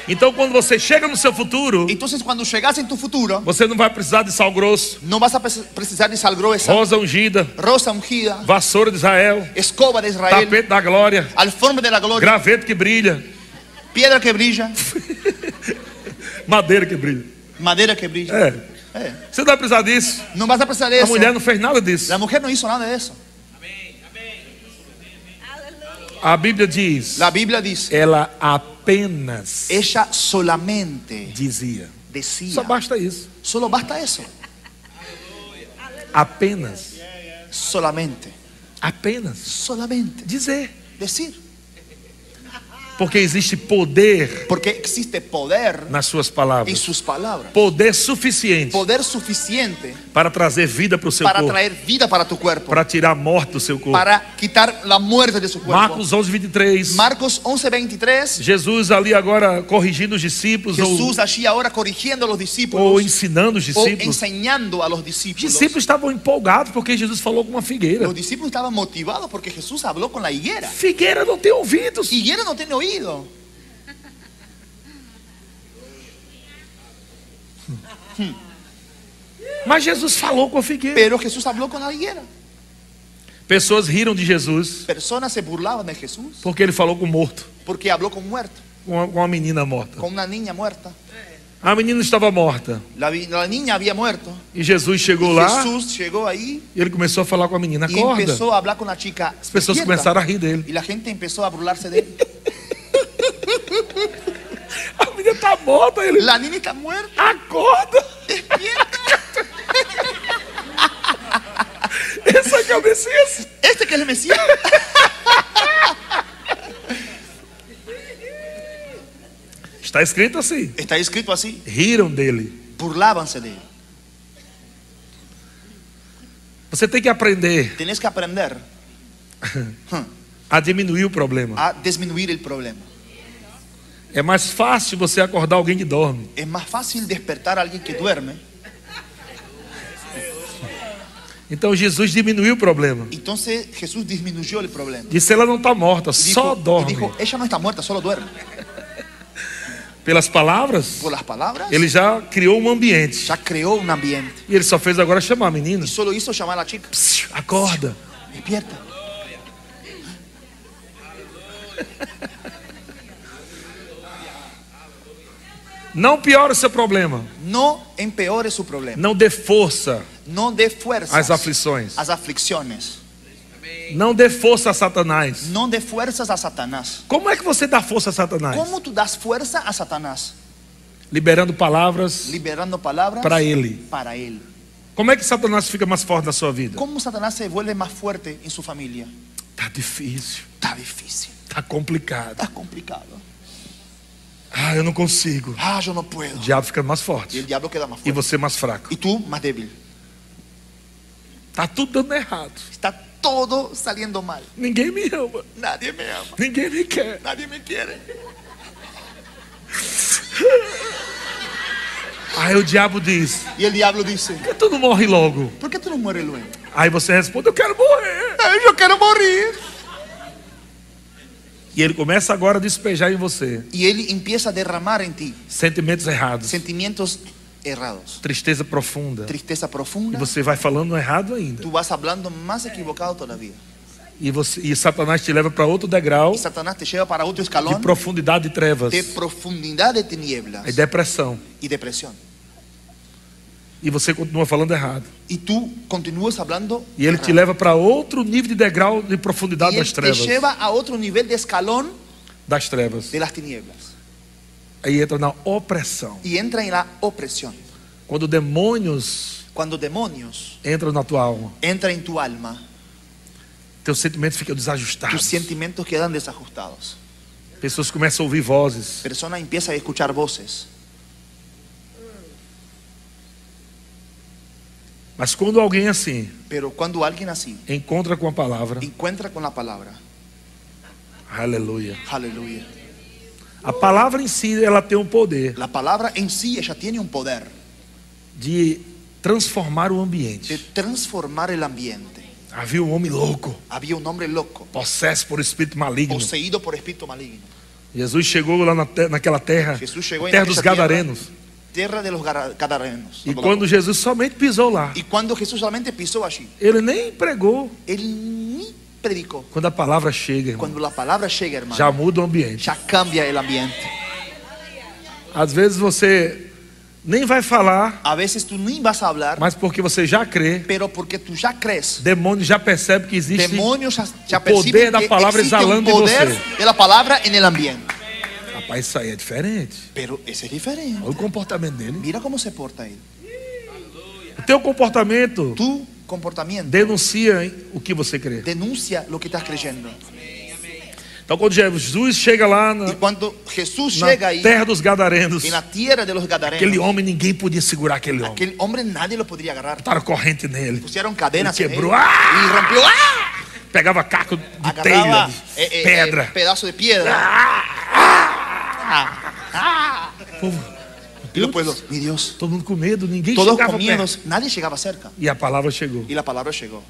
Speaker 1: Então, quando você chega no seu futuro,
Speaker 2: Entonces, cuando llegas en tu futuro,
Speaker 1: você não vai precisar de sal grosso,
Speaker 2: no vas a preci- precisar de sal gruesa,
Speaker 1: rosa ungida,
Speaker 2: rosa ungida,
Speaker 1: vassoura de Israel,
Speaker 2: escoba de Israel,
Speaker 1: tapete da glória,
Speaker 2: alforme de la gloria,
Speaker 1: graveto que brilha,
Speaker 2: piedra que brilla,
Speaker 1: madeira que brilha.
Speaker 2: madera que brilla.
Speaker 1: É.
Speaker 2: Eh,
Speaker 1: Você não vai precisar disso.
Speaker 2: No vas a precisar de
Speaker 1: A
Speaker 2: eso.
Speaker 1: mulher não fez nada disso.
Speaker 2: La mujer no hizo nada de eso.
Speaker 1: A Bíblia diz:
Speaker 2: La Biblia dice,
Speaker 1: ela apenas
Speaker 2: ella solamente
Speaker 1: dizia. Só
Speaker 2: decía.
Speaker 1: basta isso.
Speaker 2: Solo basta eso.
Speaker 1: Apenas.
Speaker 2: Solamente.
Speaker 1: Apenas.
Speaker 2: Solamente.
Speaker 1: Dizer.
Speaker 2: Decir.
Speaker 1: Porque existe poder
Speaker 2: Porque existe poder
Speaker 1: nas suas
Speaker 2: en
Speaker 1: palavras.
Speaker 2: sus palabras.
Speaker 1: Poder suficiente
Speaker 2: Poder suficiente
Speaker 1: para trazer vida para o seu
Speaker 2: para
Speaker 1: corpo.
Speaker 2: traer vida para tu cuerpo.
Speaker 1: Para tirar a morte do seu corpo.
Speaker 2: Para quitar la muerte de su cuerpo.
Speaker 1: Marcos 11, 23.
Speaker 2: Marcos 11:23.
Speaker 1: Jesus ali agora corrigindo os discípulos ou-
Speaker 2: Jesús allí ahora corrigiendo a
Speaker 1: ou,
Speaker 2: los oh, discípulos
Speaker 1: ensinando os
Speaker 2: o
Speaker 1: discípulos.
Speaker 2: enseñando a los
Speaker 1: Os
Speaker 2: discípulos.
Speaker 1: discípulos estavam empolgados porque Jesus falou com uma figueira.
Speaker 2: Los discípulos estaban motivados porque Jesús habló con la higuera.
Speaker 1: Figueira não tem ouvidos.
Speaker 2: Higuera no tiene oído.
Speaker 1: Mas Jesus falou com a figueira.
Speaker 2: Pero Jesús habló con la higuera.
Speaker 1: Pessoas riram de Jesus
Speaker 2: Personas se burlaban de Jesús
Speaker 1: porque ele falou com o morto.
Speaker 2: porque habló con muerto,
Speaker 1: Com uma, com uma menina morta.
Speaker 2: con una niña muerta.
Speaker 1: A menina estava morta.
Speaker 2: La, vi- la niña había muerto.
Speaker 1: E Jesus chegou lá
Speaker 2: Jesús llegó ahí
Speaker 1: e ele começou a falar com a menina.
Speaker 2: y
Speaker 1: Acorda.
Speaker 2: empezó a hablar con la chica.
Speaker 1: As pessoas
Speaker 2: despierta.
Speaker 1: começaram a rir dele.
Speaker 2: Y la gente empezó a burlarse de él.
Speaker 1: A menina Nínia está morta. Ele,
Speaker 2: La niña está muerta.
Speaker 1: acorda. Esse aqui é o Messias.
Speaker 2: Este que es el Mesías.
Speaker 1: Está escrito assim.
Speaker 2: Está escrito así.
Speaker 1: Riram dele.
Speaker 2: Burlábanse de él.
Speaker 1: Você tem que aprender
Speaker 2: Tenés que aprender
Speaker 1: a diminuir o problema.
Speaker 2: a disminuir el problema.
Speaker 1: É mais fácil você acordar alguém que dorme.
Speaker 2: Es más fácil despertar a alguien que duerme.
Speaker 1: Então Jesus diminuiu o problema.
Speaker 2: Entonces Jesús disminuyó el problema.
Speaker 1: Disse: ela não está morta,
Speaker 2: Y dijo-
Speaker 1: só
Speaker 2: y
Speaker 1: dorme.
Speaker 2: dijo, ella no está muerta, solo duerme.
Speaker 1: Pelas palavras,
Speaker 2: Por las palabras,
Speaker 1: ele já criou um ambiente.
Speaker 2: ya creó un ambiente.
Speaker 1: E ele só fez agora chamar a menina.
Speaker 2: Y solo hizo llamar a la chica.
Speaker 1: Psiu, Acorda.
Speaker 2: Despierta.
Speaker 1: Não piora o seu problema.
Speaker 2: No empeore su problema.
Speaker 1: Não dê força
Speaker 2: No dé fuerza
Speaker 1: às aflições.
Speaker 2: a las aflicciones.
Speaker 1: Não dê força a Satanás.
Speaker 2: No dé fuerzas a Satanás.
Speaker 1: Como é que você dá força a Satanás?
Speaker 2: ¿Cómo tú das fuerza a Satanás?
Speaker 1: Liberando palavras
Speaker 2: Liberando palabras
Speaker 1: para ele.
Speaker 2: para él.
Speaker 1: Como é que Satanás fica mais forte na sua vida?
Speaker 2: ¿Cómo Satanás se vuelve más fuerte en su familia?
Speaker 1: Tá difícil,
Speaker 2: Está difícil,
Speaker 1: tá complicado.
Speaker 2: está complicado.
Speaker 1: Ah, eu não consigo.
Speaker 2: Ah, yo no puedo.
Speaker 1: O diabo fica mais
Speaker 2: Y el
Speaker 1: forte
Speaker 2: diablo queda más
Speaker 1: e
Speaker 2: fuerte.
Speaker 1: você mais fraco.
Speaker 2: Y tú más débil.
Speaker 1: Tá tudo dando errado.
Speaker 2: Está todo saliendo mal.
Speaker 1: Ninguém me ama,
Speaker 2: Nadie me ama.
Speaker 1: ninguém me quer.
Speaker 2: Nadie me quiere.
Speaker 1: Aí o diabo diz:
Speaker 2: Y el diablo dice,
Speaker 1: Por que tu não morre logo?
Speaker 2: ¿por qué tú no mueres luego?
Speaker 1: Aí você responde: Eu quero morrer.
Speaker 2: Ay, yo quiero morir.
Speaker 1: E ele começa agora a despejar em você
Speaker 2: Y él empieza a derramar en ti
Speaker 1: sentimentos errados,
Speaker 2: sentimientos errados.
Speaker 1: tristeza profunda.
Speaker 2: Tristeza
Speaker 1: E
Speaker 2: profunda.
Speaker 1: você vai falando errado ainda.
Speaker 2: Tú vas hablando más equivocado todavía.
Speaker 1: E, você, e Satanás te leva para outro degrau
Speaker 2: Y Satanás te lleva para otro
Speaker 1: de
Speaker 2: escalón
Speaker 1: profundidade e trevas
Speaker 2: de
Speaker 1: e
Speaker 2: profundidad de tinieblas
Speaker 1: depressão.
Speaker 2: y depresión.
Speaker 1: E você continua falando errado.
Speaker 2: Y tú continúas hablando.
Speaker 1: E ele te leva para outro nível de degrau de profundidade
Speaker 2: Y él
Speaker 1: das
Speaker 2: te
Speaker 1: trevas.
Speaker 2: lleva a otro nivel de escalón
Speaker 1: Das trevas.
Speaker 2: de las tinieblas.
Speaker 1: Aí entra na opressão.
Speaker 2: Y entra en la opresión.
Speaker 1: Quando demônios
Speaker 2: Cuando demonios
Speaker 1: entram na tua alma,
Speaker 2: entran en tu alma,
Speaker 1: teus sentimentos ficam
Speaker 2: tus
Speaker 1: desajustados.
Speaker 2: sentimientos quedan desajustados.
Speaker 1: Pessoas começam a ouvir vozes.
Speaker 2: Persona empieza a escuchar voces.
Speaker 1: Mas quando alguém assim
Speaker 2: Pero cuando alguien así
Speaker 1: encontra com a palavra,
Speaker 2: encuentra con la palabra,
Speaker 1: aleluia.
Speaker 2: aleluya.
Speaker 1: A palavra em si, ela tem um poder
Speaker 2: La palabra en sí, ella tiene un poder
Speaker 1: de transformar o
Speaker 2: de
Speaker 1: ambiente.
Speaker 2: transformar el ambiente.
Speaker 1: Havia um homem louco,
Speaker 2: Había un hombre loco,
Speaker 1: possesso por espírito maligno.
Speaker 2: poseído por espíritu maligno.
Speaker 1: Jesus chegou lá na te- naquela terra,
Speaker 2: Jesus chegou
Speaker 1: terra
Speaker 2: em-
Speaker 1: dos
Speaker 2: nessa terra. né?
Speaker 1: gadarenos.
Speaker 2: Tierra de los gara- gadarenos.
Speaker 1: E quando Jesus somente pisou lá,
Speaker 2: Y cuando Jesús solamente pisó allí,
Speaker 1: ele nem pregou.
Speaker 2: él ni predicó.
Speaker 1: Quando a palavra chega, irmão,
Speaker 2: Cuando la palabra llega, hermano,
Speaker 1: já muda o ambiente.
Speaker 2: ya cambia el ambiente.
Speaker 1: Às vezes você nem vai falar,
Speaker 2: A veces tú ni vas a hablar,
Speaker 1: mas porque você já crê,
Speaker 2: pero porque tú ya crees.
Speaker 1: demônio já percebe que existe.
Speaker 2: Demonios ya, ya
Speaker 1: o poder
Speaker 2: perciben
Speaker 1: da
Speaker 2: que
Speaker 1: palavra
Speaker 2: existe un
Speaker 1: exalando de
Speaker 2: poder
Speaker 1: você.
Speaker 2: de la palabra en el ambiente.
Speaker 1: Rapaz, isso aí é diferente.
Speaker 2: Pero ese es diferente.
Speaker 1: Olha o comportamento dele.
Speaker 2: Mira cómo se porta él.
Speaker 1: O teu comportamento
Speaker 2: Tu comportamiento
Speaker 1: denuncia hein, o que você crê.
Speaker 2: denuncia lo que estás creyendo.
Speaker 1: Então quando Jesus chega lá na,
Speaker 2: Y cuando Jesús
Speaker 1: na
Speaker 2: llega ahí,
Speaker 1: terra dos gadarenos,
Speaker 2: en la tierra de los
Speaker 1: aquele
Speaker 2: gadarenos,
Speaker 1: homem ninguém podia segurar aquele homem.
Speaker 2: aquel hombre nadie lo podría agarrar.
Speaker 1: Botaram corrente nele.
Speaker 2: Pusieron cadenas
Speaker 1: Él
Speaker 2: en él
Speaker 1: quebró. ¡Ah!
Speaker 2: y rompió. ¡Ah!
Speaker 1: Pegava caco de telha,
Speaker 2: Agarraba
Speaker 1: de
Speaker 2: eh, eh, eh,
Speaker 1: pedra.
Speaker 2: pedazo de piedra.
Speaker 1: Ah. Povo,
Speaker 2: Y los pueblos, mi Dios,
Speaker 1: todo mundo com medo, ninguém
Speaker 2: todos
Speaker 1: chegava
Speaker 2: con miedo,
Speaker 1: perto.
Speaker 2: nadie llegaba cerca.
Speaker 1: E a palavra chegou.
Speaker 2: Y la palabra llegó.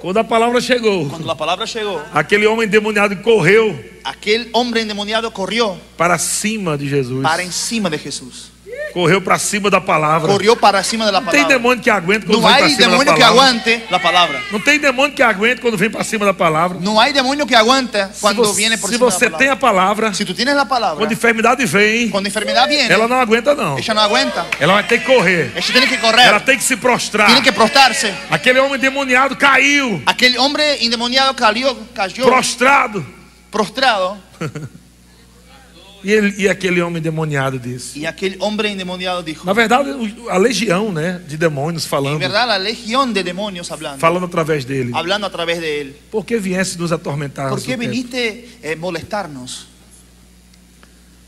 Speaker 1: Quando a palavra chegou,
Speaker 2: Cuando la palabra llegó,
Speaker 1: aquele homem endemoniado correu
Speaker 2: aquel hombre endemoniado corrió
Speaker 1: para cima de Jesus.
Speaker 2: para encima de Jesús.
Speaker 1: Correu para cima da palavra.
Speaker 2: Corrió para encima de la
Speaker 1: Não tem
Speaker 2: palabra.
Speaker 1: demônio que aguente quando
Speaker 2: No
Speaker 1: vem para
Speaker 2: hay
Speaker 1: cima da
Speaker 2: demonio que
Speaker 1: palavra.
Speaker 2: aguante la palabra.
Speaker 1: Não tem demônio que aguente quando vem para cima da palavra.
Speaker 2: No hay demonio que aguante
Speaker 1: Se
Speaker 2: cuando
Speaker 1: você,
Speaker 2: viene né, por
Speaker 1: se
Speaker 2: cima de la
Speaker 1: você tem
Speaker 2: palabra.
Speaker 1: a palavra,
Speaker 2: Si tú tienes la palabra,
Speaker 1: quando a enfermidade vem,
Speaker 2: cuando enfermedad viene,
Speaker 1: ela não aguenta não.
Speaker 2: ella no aguanta.
Speaker 1: Ela vai ter que correr.
Speaker 2: Ella tiene que
Speaker 1: Ela
Speaker 2: correr,
Speaker 1: tem que se prostrar.
Speaker 2: tiene É. que é prostrarse.
Speaker 1: Aquele homem endemoniado caiu,
Speaker 2: Aquel hombre endemoniado cayó, cayó
Speaker 1: prostrado.
Speaker 2: prostrado.
Speaker 1: E, ele- e aquele homem demoniado disse.
Speaker 2: Y aquel hombre endemoniado dijo,
Speaker 1: Na verdade, o- a legião né, de demônios
Speaker 2: en
Speaker 1: falando,
Speaker 2: verdad la legión de demonios hablando,
Speaker 1: falando através dele.
Speaker 2: hablando a través de él.
Speaker 1: Por que viesse nos atormentar?
Speaker 2: ¿Por qué
Speaker 1: Pedro?
Speaker 2: viniste a molestarnos?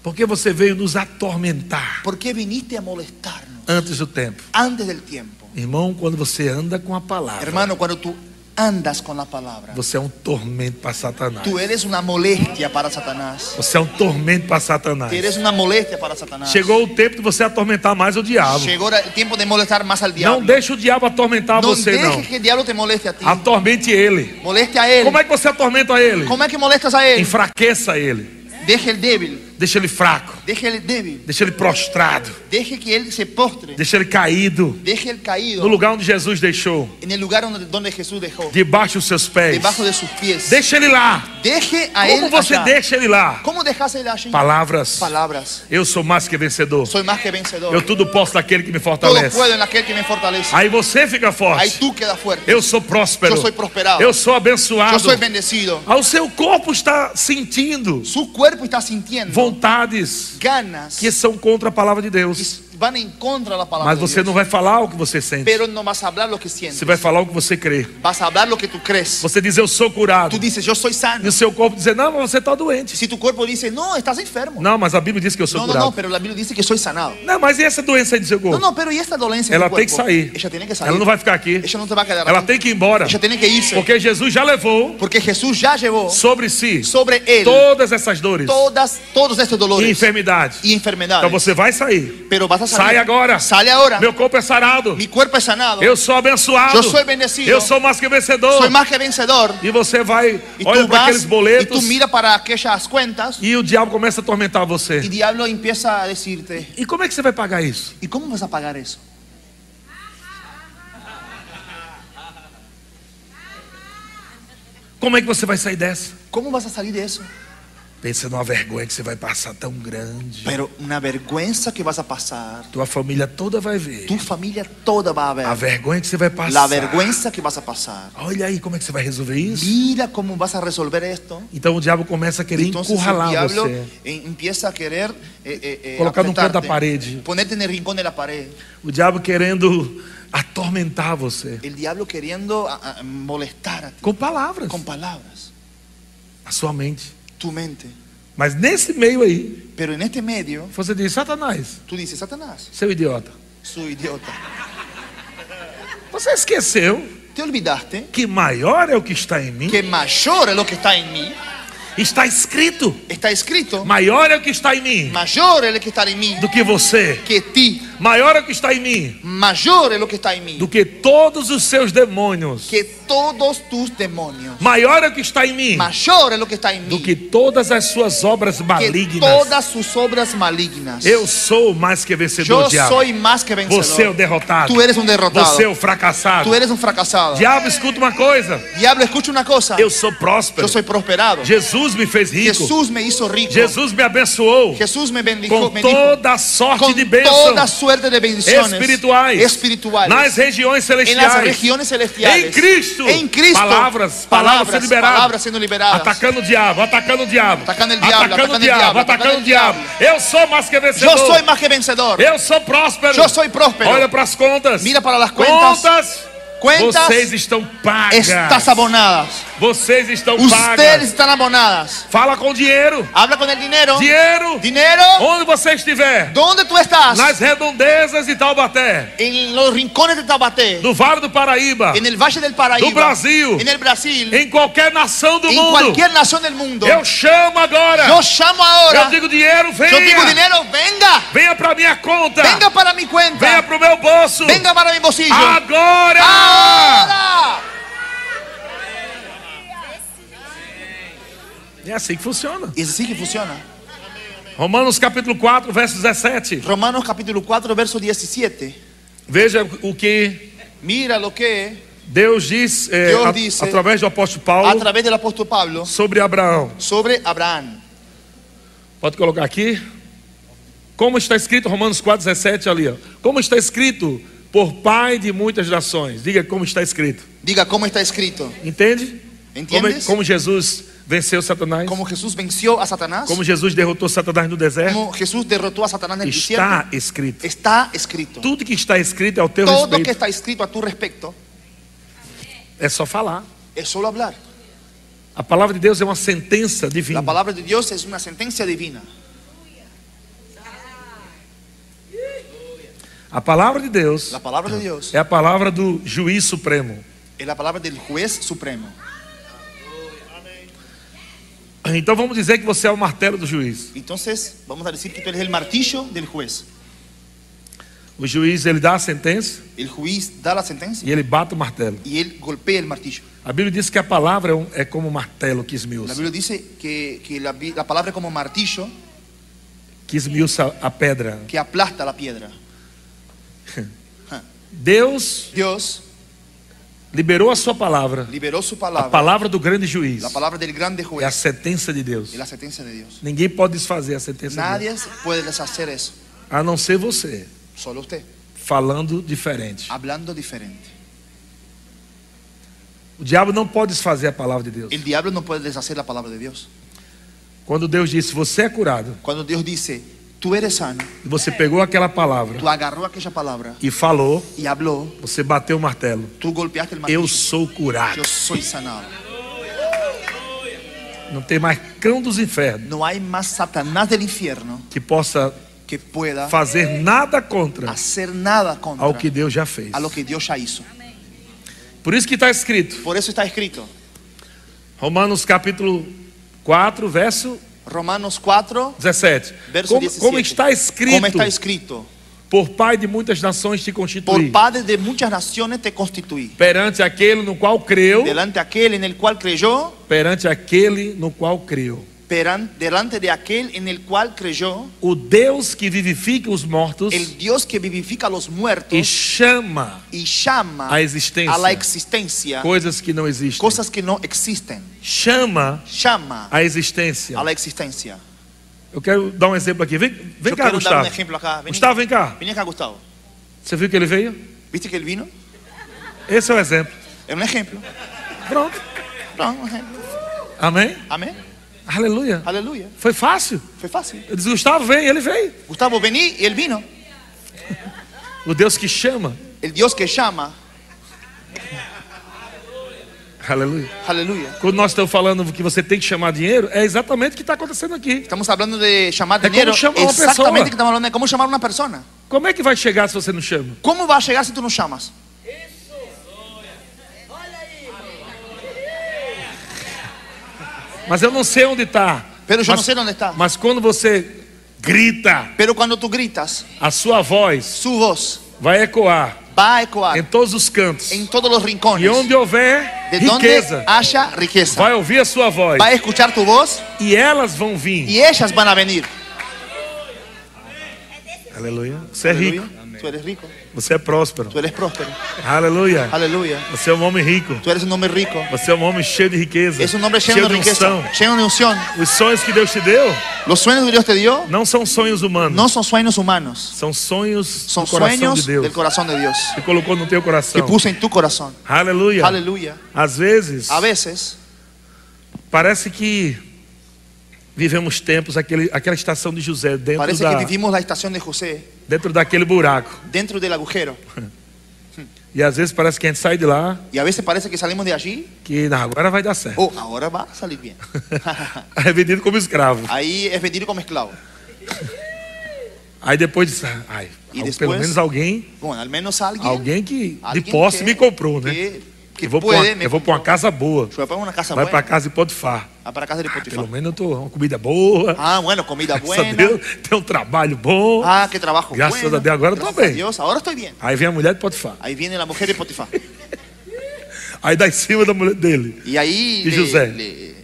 Speaker 1: Por que você veio nos atormentar
Speaker 2: ¿Por qué viniste a molestarnos
Speaker 1: antes do tempo?
Speaker 2: antes del tiempo?
Speaker 1: Irmão, quando você anda com a palavra,
Speaker 2: Hermano, cuando tú andas con la palabra,
Speaker 1: você é um tormento para Satanás.
Speaker 2: tú eres una molestia para Satanás.
Speaker 1: Você é um tormento para Satanás.
Speaker 2: Tú eres una molestia para Satanás.
Speaker 1: Chegou o tempo de você atormentar mais o diabo.
Speaker 2: Llegó el tiempo de molestar más al diablo.
Speaker 1: Não deixe o diabo atormentar
Speaker 2: No
Speaker 1: você, não.
Speaker 2: dejes que el diablo te moleste a ti.
Speaker 1: Atormente ele.
Speaker 2: Moleste a él.
Speaker 1: Como é que você atormenta ele?
Speaker 2: ¿Cómo es que molestas a él?
Speaker 1: Enfraqueça ele.
Speaker 2: Deje el débil.
Speaker 1: Deixa ele fraco.
Speaker 2: Deje el débil.
Speaker 1: Deixa ele prostrado.
Speaker 2: Deje que él se postre.
Speaker 1: Deixa ele caído.
Speaker 2: Deje el
Speaker 1: No
Speaker 2: caído
Speaker 1: lugar onde Jesus deixou.
Speaker 2: en el lugar donde, donde Jesús dejó.
Speaker 1: Debaixo dos seus pés.
Speaker 2: Debajo de sus pies.
Speaker 1: Deixa ele lá.
Speaker 2: Deje a él.
Speaker 1: Como você
Speaker 2: allá.
Speaker 1: deixa ele lá?
Speaker 2: ¿Cómo dejas él allí?
Speaker 1: Palavras.
Speaker 2: Palabras.
Speaker 1: Eu sou mais que vencedor.
Speaker 2: Soy más que vencedor.
Speaker 1: Eu tudo posso daquele que me
Speaker 2: Todo
Speaker 1: fortalece.
Speaker 2: puedo en aquel que me fortalece.
Speaker 1: Aí você fica
Speaker 2: Ahí
Speaker 1: forte.
Speaker 2: tú quedas fuerte.
Speaker 1: Eu sou próspero.
Speaker 2: Eu sou prosperado.
Speaker 1: Eu sou abençoado.
Speaker 2: Yo soy bendecido.
Speaker 1: Ao seu corpo está sentindo
Speaker 2: Su cuerpo está sintiendo
Speaker 1: vontades
Speaker 2: ganas
Speaker 1: que são contra a palavra de Deus.
Speaker 2: que van en contra de la palabra.
Speaker 1: Mas
Speaker 2: de
Speaker 1: você
Speaker 2: Dios.
Speaker 1: não vai falar o que você sente.
Speaker 2: Pero no vas a hablar lo que sientes.
Speaker 1: Você vai falar o que você crê.
Speaker 2: Vas a hablar lo que tú crees.
Speaker 1: Você diz eu sou curado.
Speaker 2: Tú dices, yo soy sano.
Speaker 1: E o seu corpo diz não, mas você está doente.
Speaker 2: Si tu cuerpo dice, no, estás enfermo.
Speaker 1: Não, mas a Bíblia diz que eu sou
Speaker 2: No, no,
Speaker 1: curado.
Speaker 2: no, pero la Biblia dice que soy sanado.
Speaker 1: Não, mas e essa doença aí do seu
Speaker 2: No,
Speaker 1: corpo?
Speaker 2: no, pero y esta dolencia en
Speaker 1: Ela
Speaker 2: tu
Speaker 1: tem que
Speaker 2: cuerpo?
Speaker 1: sair.
Speaker 2: Ella tiene que salir.
Speaker 1: Ela não vai ficar aqui.
Speaker 2: Ella no te va a quedar
Speaker 1: Ela
Speaker 2: aquí.
Speaker 1: tem que ir embora.
Speaker 2: Ella tiene que irse.
Speaker 1: Porque Jesus já levou
Speaker 2: Porque Jesús ya llevou
Speaker 1: sobre si
Speaker 2: sobre él
Speaker 1: todas essas dores
Speaker 2: todas, todos estos
Speaker 1: e
Speaker 2: dolores
Speaker 1: enfermidades.
Speaker 2: y
Speaker 1: Então
Speaker 2: enfermedades.
Speaker 1: você vai sair.
Speaker 2: pero vas a salir.
Speaker 1: Sai agora.
Speaker 2: Sale ahora.
Speaker 1: Meu corpo é sarado.
Speaker 2: Mi cuerpo es sanado.
Speaker 1: Eu sou abençoado.
Speaker 2: Eu sou bendecido.
Speaker 1: Eu sou mais que vencedor.
Speaker 2: soy más que vencedor.
Speaker 1: E você vai,
Speaker 2: Y
Speaker 1: olha
Speaker 2: tú
Speaker 1: para
Speaker 2: vas
Speaker 1: aqueles
Speaker 2: y tú
Speaker 1: boletos
Speaker 2: mira para aquellas cuentas
Speaker 1: e o diabo começa a atormentar
Speaker 2: y
Speaker 1: você.
Speaker 2: diablo empieza a decirte,
Speaker 1: E como é que você vai pagar isso?
Speaker 2: ¿y cómo vas a pagar eso?
Speaker 1: Como é que você vai sair dessa?
Speaker 2: ¿Cómo vas a salir de eso?
Speaker 1: Pensa numa vergonha que você vai passar tão grande.
Speaker 2: Pero una vergüenza que vas a pasar.
Speaker 1: Tua família toda vai ver.
Speaker 2: Tu familia toda va a ver.
Speaker 1: A vergonha que você vai passar.
Speaker 2: La vergüenza que vas a pasar.
Speaker 1: Olha aí como é que você vai resolver isso.
Speaker 2: Mira cómo vas a resolver esto.
Speaker 1: Então o diabo começa a querer
Speaker 2: Entonces el
Speaker 1: encurralar
Speaker 2: diablo
Speaker 1: você.
Speaker 2: eh, empieza a querer eh, eh, eh,
Speaker 1: Colocar num canto da
Speaker 2: afetarte,
Speaker 1: parede.
Speaker 2: ponerte en el rincón de la pared.
Speaker 1: O diabo querendo atormentar você.
Speaker 2: El diablo queriendo a- a- molestar a ti
Speaker 1: Com palavras.
Speaker 2: con palabras,
Speaker 1: A sua mente.
Speaker 2: tu mente.
Speaker 1: Mas nesse meio aí,
Speaker 2: Pero en este medio,
Speaker 1: você diz, Satanás,
Speaker 2: tú dices, Satanás,
Speaker 1: seu idiota.
Speaker 2: su idiota.
Speaker 1: Você esqueceu
Speaker 2: Te olvidaste
Speaker 1: que maior é o que está em mim.
Speaker 2: que mayor es lo que está en mí.
Speaker 1: Está escrito.
Speaker 2: Está escrito,
Speaker 1: Maior é o que está em mim
Speaker 2: mayor es lo que está en mí
Speaker 1: do que você.
Speaker 2: que ti.
Speaker 1: Maior é o que está em mim
Speaker 2: Mayor es lo que está en mí
Speaker 1: do que todos os seus demônios.
Speaker 2: que todos tus demonios.
Speaker 1: Maior é o que está em mim
Speaker 2: Mayor es lo que está en
Speaker 1: do
Speaker 2: mí
Speaker 1: que todas as suas obras
Speaker 2: que
Speaker 1: malignas.
Speaker 2: todas sus obras malignas.
Speaker 1: Eu sou mais que vencedor,
Speaker 2: Yo
Speaker 1: diabo.
Speaker 2: soy más que
Speaker 1: Você é o
Speaker 2: vencedor.
Speaker 1: derrotado.
Speaker 2: Tú eres un derrotado.
Speaker 1: Você é o fracassado.
Speaker 2: Tú eres un fracasado.
Speaker 1: Diabo, escuta uma coisa.
Speaker 2: Diablo, escucha una cosa.
Speaker 1: Eu sou próspero.
Speaker 2: Yo soy prosperado.
Speaker 1: Jesus me fez rico.
Speaker 2: Jesús me hizo rico.
Speaker 1: Jesus me abençoou
Speaker 2: Jesús me bendijo.
Speaker 1: com
Speaker 2: Me dijo,
Speaker 1: toda sorte
Speaker 2: con
Speaker 1: de bênção
Speaker 2: toda suerte de bendiciones
Speaker 1: espirituais,
Speaker 2: espirituales,
Speaker 1: nas regiões
Speaker 2: en las
Speaker 1: celestiais.
Speaker 2: regiones celestiales.
Speaker 1: Em Cristo.
Speaker 2: En Cristo.
Speaker 1: Palavras, palavras, sendo liberadas.
Speaker 2: palabras siendo liberadas.
Speaker 1: Atacando o diabo, atacando o diabo.
Speaker 2: Atacando o diabo,
Speaker 1: atacando o diabo, atacando o diabo. Eu sou mais que vencedor.
Speaker 2: Yo soy más que vencedor.
Speaker 1: Eu sou próspero.
Speaker 2: Yo soy próspero.
Speaker 1: Olha para as contas.
Speaker 2: Mira para las cuentas.
Speaker 1: Contas.
Speaker 2: Cuentas.
Speaker 1: Vocês estão pagas.
Speaker 2: Estás abonadas.
Speaker 1: Vocês estão
Speaker 2: Ustedes
Speaker 1: pagas.
Speaker 2: están abonadas.
Speaker 1: Fala com dinheiro.
Speaker 2: Habla con el dinero.
Speaker 1: Dinheiro.
Speaker 2: Dinero.
Speaker 1: Onde você estiver.
Speaker 2: ¿Dónde tú estás?
Speaker 1: Nas redondezas de Taubaté.
Speaker 2: En los rincones de Tabaté.
Speaker 1: No Vale do Paraíba.
Speaker 2: En el Valle del Paraíba.
Speaker 1: Do Brasil.
Speaker 2: En el Brasil.
Speaker 1: Em qualquer nação do
Speaker 2: En
Speaker 1: mundo.
Speaker 2: cualquier nación del mundo.
Speaker 1: Eu chamo agora.
Speaker 2: Yo llamo
Speaker 1: Eu
Speaker 2: ahora.
Speaker 1: digo dinheiro, venha.
Speaker 2: Yo digo dinero, venga.
Speaker 1: Venha pra minha conta.
Speaker 2: Venga Ah. para mi
Speaker 1: Venha
Speaker 2: cuenta.
Speaker 1: pro meu bolso.
Speaker 2: Venga para mi bolsillo.
Speaker 1: Agora.
Speaker 2: Ahora.
Speaker 1: É assim que funciona.
Speaker 2: Y es así que funciona.
Speaker 1: Romanos capítulo 4, verso 17.
Speaker 2: Romanos capítulo 4, verso 17.
Speaker 1: Veja o que
Speaker 2: Mira lo que
Speaker 1: Deus diz, eh,
Speaker 2: Deus
Speaker 1: a-
Speaker 2: disse
Speaker 1: através do apóstolo
Speaker 2: a
Speaker 1: Paulo
Speaker 2: través del apóstol Pablo
Speaker 1: sobre Abraão.
Speaker 2: sobre Abraham.
Speaker 1: Pode colocar aqui. Como está escrito, Romanos 4, 17 ali. Ó. Como está escrito, por pai de muitas nações. Diga como está escrito.
Speaker 2: Diga cómo está escrito.
Speaker 1: Entende? Como,
Speaker 2: Entendes?
Speaker 1: como Jesus venceu Satanás,
Speaker 2: Como Jesús venció a Satanás,
Speaker 1: como Jesus derrotou Satanás no deserto,
Speaker 2: como é Jesús derrotó a Satanás en el desierto,
Speaker 1: está escrito.
Speaker 2: está escrito.
Speaker 1: Tudo que está escrito é ao teu
Speaker 2: Todo que
Speaker 1: respeito.
Speaker 2: está escrito a tu respecto
Speaker 1: É só falar.
Speaker 2: es solo hablar.
Speaker 1: A palavra de Deus é uma sentença divina.
Speaker 2: La palabra de Dios es una sentencia divina.
Speaker 1: A palavra de Deus
Speaker 2: La palabra de Dios
Speaker 1: é a palavra do juiz supremo.
Speaker 2: es la palabra del juez supremo.
Speaker 1: Então vamos dizer que você é o martelo do juiz.
Speaker 2: Entonces, vamos a decir que tú eres el martillo del juez.
Speaker 1: O juiz ele dá a sentença
Speaker 2: El juez da la sentencia
Speaker 1: e ele bate o martelo.
Speaker 2: y él golpea el martillo.
Speaker 1: A Bíblia diz que a palavra é um- é como um martelo que
Speaker 2: La
Speaker 1: esmiuça,
Speaker 2: Biblia dice que, que la, bi- la palabra es como martillo
Speaker 1: que esmiuça a pedra.
Speaker 2: que aplasta la piedra.
Speaker 1: Deus
Speaker 2: Dios
Speaker 1: liberou a sua palavra,
Speaker 2: liberó su
Speaker 1: a
Speaker 2: palabra,
Speaker 1: palavra do grande juiz,
Speaker 2: la palabra del grande
Speaker 1: é a
Speaker 2: juez,
Speaker 1: sentença de Deus.
Speaker 2: es la sentencia de Dios.
Speaker 1: Ninguém pode desfazer a sentença de Deus,
Speaker 2: Nadie puede deshacer eso,
Speaker 1: a não ser você,
Speaker 2: solo usted,
Speaker 1: falando diferente.
Speaker 2: hablando diferente.
Speaker 1: O diabo não pode desfazer a palavra de Deus.
Speaker 2: El diablo no puede deshacer la palabra de Dios.
Speaker 1: Quando Deus disse, você é curado,
Speaker 2: Cuando Dios dice, tú eres sano,
Speaker 1: e você pegou aquela palavra
Speaker 2: tú agarró aquella palabra
Speaker 1: e falou,
Speaker 2: y habló,
Speaker 1: você bateu o martelo.
Speaker 2: tú golpeaste el martillo.
Speaker 1: Eu sou curado.
Speaker 2: Yo soy sanado.
Speaker 1: Não tem mais cão dos infernos
Speaker 2: No hay más Satanás del infierno
Speaker 1: que possa
Speaker 2: que pueda
Speaker 1: fazer nada contra
Speaker 2: hacer nada contra
Speaker 1: ao que Deus já fez.
Speaker 2: a lo que Dios ya hizo.
Speaker 1: Por isso que está escrito,
Speaker 2: Por eso está escrito,
Speaker 1: Romanos capítulo 4, verso
Speaker 2: Romanos 4,
Speaker 1: 17.
Speaker 2: verso
Speaker 1: Como,
Speaker 2: 17.
Speaker 1: como está
Speaker 2: Como
Speaker 1: escrito,
Speaker 2: está escrito,
Speaker 1: por pai de muitas nações te
Speaker 2: por
Speaker 1: constituí,
Speaker 2: padre de muchas naciones te constituí,
Speaker 1: perante aquele no qual creu,
Speaker 2: delante de aquel en el cual creyó,
Speaker 1: perante aquele no qual creu.
Speaker 2: peran- delante de aquel en el cual creyó,
Speaker 1: O Deus que vivifica os mortos
Speaker 2: el Dios que vivifica a los
Speaker 1: e
Speaker 2: muertos
Speaker 1: chama
Speaker 2: y llama
Speaker 1: a existência.
Speaker 2: a la existencia
Speaker 1: coisas que não existem.
Speaker 2: cosas que no existen,
Speaker 1: Chama
Speaker 2: llama
Speaker 1: a existência.
Speaker 2: a la existencia.
Speaker 1: Eu quero dar um exemplo aqui. Vem, vem cá,
Speaker 2: Yo quiero dar um
Speaker 1: Gustavo.
Speaker 2: un ejemplo acá. Vení,
Speaker 1: Gustavo, vem cá.
Speaker 2: vení acá, Gustavo.
Speaker 1: Você viu que ele veio?
Speaker 2: ¿Viste que él vino?
Speaker 1: Esse é o exemplo.
Speaker 2: Es un ejemplo.
Speaker 1: Pronto.
Speaker 2: No, un ejemplo.
Speaker 1: Amém?
Speaker 2: Amén.
Speaker 1: Aleluia.
Speaker 2: Aleluya.
Speaker 1: Foi fácil.
Speaker 2: Fue fácil.
Speaker 1: Eu disse, Gustavo, vem. Ele veio.
Speaker 2: Gustavo, vení y él vino.
Speaker 1: O Deus que chama.
Speaker 2: El Dios que llama.
Speaker 1: Aleluia.
Speaker 2: Aleluya.
Speaker 1: Quando nós estamos falando que você tem que chamar dinheiro, é exatamente o que está acontecendo aqui.
Speaker 2: Estamos hablando de llamar
Speaker 1: como
Speaker 2: dinero.
Speaker 1: llamar a una
Speaker 2: Exactamente
Speaker 1: persona.
Speaker 2: que estamos hablando de cómo llamar a una persona.
Speaker 1: Como é que vai chegar se você não chama?
Speaker 2: ¿Cómo va a llegar si tú no llamas?
Speaker 1: Mas eu não sei onde está.
Speaker 2: Pero yo
Speaker 1: mas,
Speaker 2: no sé dónde está.
Speaker 1: mas quando você grita,
Speaker 2: Pero cuando tú gritas,
Speaker 1: a sua voz
Speaker 2: su voz
Speaker 1: vai ecoar
Speaker 2: va a
Speaker 1: em
Speaker 2: ecoar
Speaker 1: todos os cantos.
Speaker 2: en todos los rincones.
Speaker 1: E onde houver
Speaker 2: De é? donde
Speaker 1: riqueza,
Speaker 2: haya riqueza.
Speaker 1: vai ouvir a sua voz.
Speaker 2: Va a escuchar tu voz
Speaker 1: E elas vão vir.
Speaker 2: y ellas van a venir.
Speaker 1: Aleluia. Você é
Speaker 2: Aleluya.
Speaker 1: rico.
Speaker 2: Tú eres rico.
Speaker 1: Você é próspero.
Speaker 2: Tú eres próspero.
Speaker 1: Aleluia.
Speaker 2: Aleluya.
Speaker 1: Você é um homem rico.
Speaker 2: Tú eres un hombre rico.
Speaker 1: Você é um homem cheio de riqueza.
Speaker 2: Es un hombre lleno é de
Speaker 1: unção.
Speaker 2: riqueza, lleno de unción.
Speaker 1: Os sonhos que Deus te deu
Speaker 2: Los sueños que Dios te dio
Speaker 1: não são sonhos humanos.
Speaker 2: no son sueños humanos,
Speaker 1: São sonhos
Speaker 2: son
Speaker 1: do coração
Speaker 2: sueños
Speaker 1: de Deus.
Speaker 2: del corazón de Dios
Speaker 1: Que colocou no teu
Speaker 2: que
Speaker 1: coração.
Speaker 2: puso en tu corazón.
Speaker 1: Aleluia.
Speaker 2: Aleluya.
Speaker 1: Às vezes,
Speaker 2: A veces
Speaker 1: parece que vivemos tempos, aquele, aquela estação de José dentro,
Speaker 2: parece
Speaker 1: da,
Speaker 2: que vivimos la estación de José
Speaker 1: dentro daquele buraco.
Speaker 2: dentro del agujero
Speaker 1: E às vezes parece que a gente sai de lá
Speaker 2: y a veces parece que salimos de allí.
Speaker 1: que "Não, agora vai dar certo.
Speaker 2: Oh, ahora va a salir bien.
Speaker 1: Aí é vendido como escravo.
Speaker 2: Ahí es vendido como esclavo.
Speaker 1: Aí depois diz, ai,
Speaker 2: E
Speaker 1: al-
Speaker 2: depois-
Speaker 1: pelo menos alguém,
Speaker 2: Bueno, al menos alguien,
Speaker 1: alguém que de
Speaker 2: alguien
Speaker 1: posse
Speaker 2: que-
Speaker 1: me comprou, né?
Speaker 2: que, que
Speaker 1: Eu vou pra
Speaker 2: puede,
Speaker 1: uma,
Speaker 2: me
Speaker 1: eu vou pra uma casa boa.
Speaker 2: Yo voy a poner una casa
Speaker 1: Vai
Speaker 2: buena,
Speaker 1: pra casa de Potifar.
Speaker 2: Ah, para casa de Potifar.
Speaker 1: Pelo menos eu tô uma comida boa.
Speaker 2: Ah, bueno, comida
Speaker 1: Graças a
Speaker 2: buena.
Speaker 1: Deus, tem um trabalho bom.
Speaker 2: Ah, qué trabajo.
Speaker 1: Gracias
Speaker 2: bueno.
Speaker 1: a Dios, ahora
Speaker 2: Gracias
Speaker 1: estoy
Speaker 2: a
Speaker 1: bien.
Speaker 2: Dios, ahora estoy bien.
Speaker 1: Aí vem a mulher de Potifar.
Speaker 2: Ahí viene la mujer de Potifar.
Speaker 1: Aí dá em cima da mulher dele.
Speaker 2: Y ahí.
Speaker 1: Y
Speaker 2: le-
Speaker 1: José.
Speaker 2: le-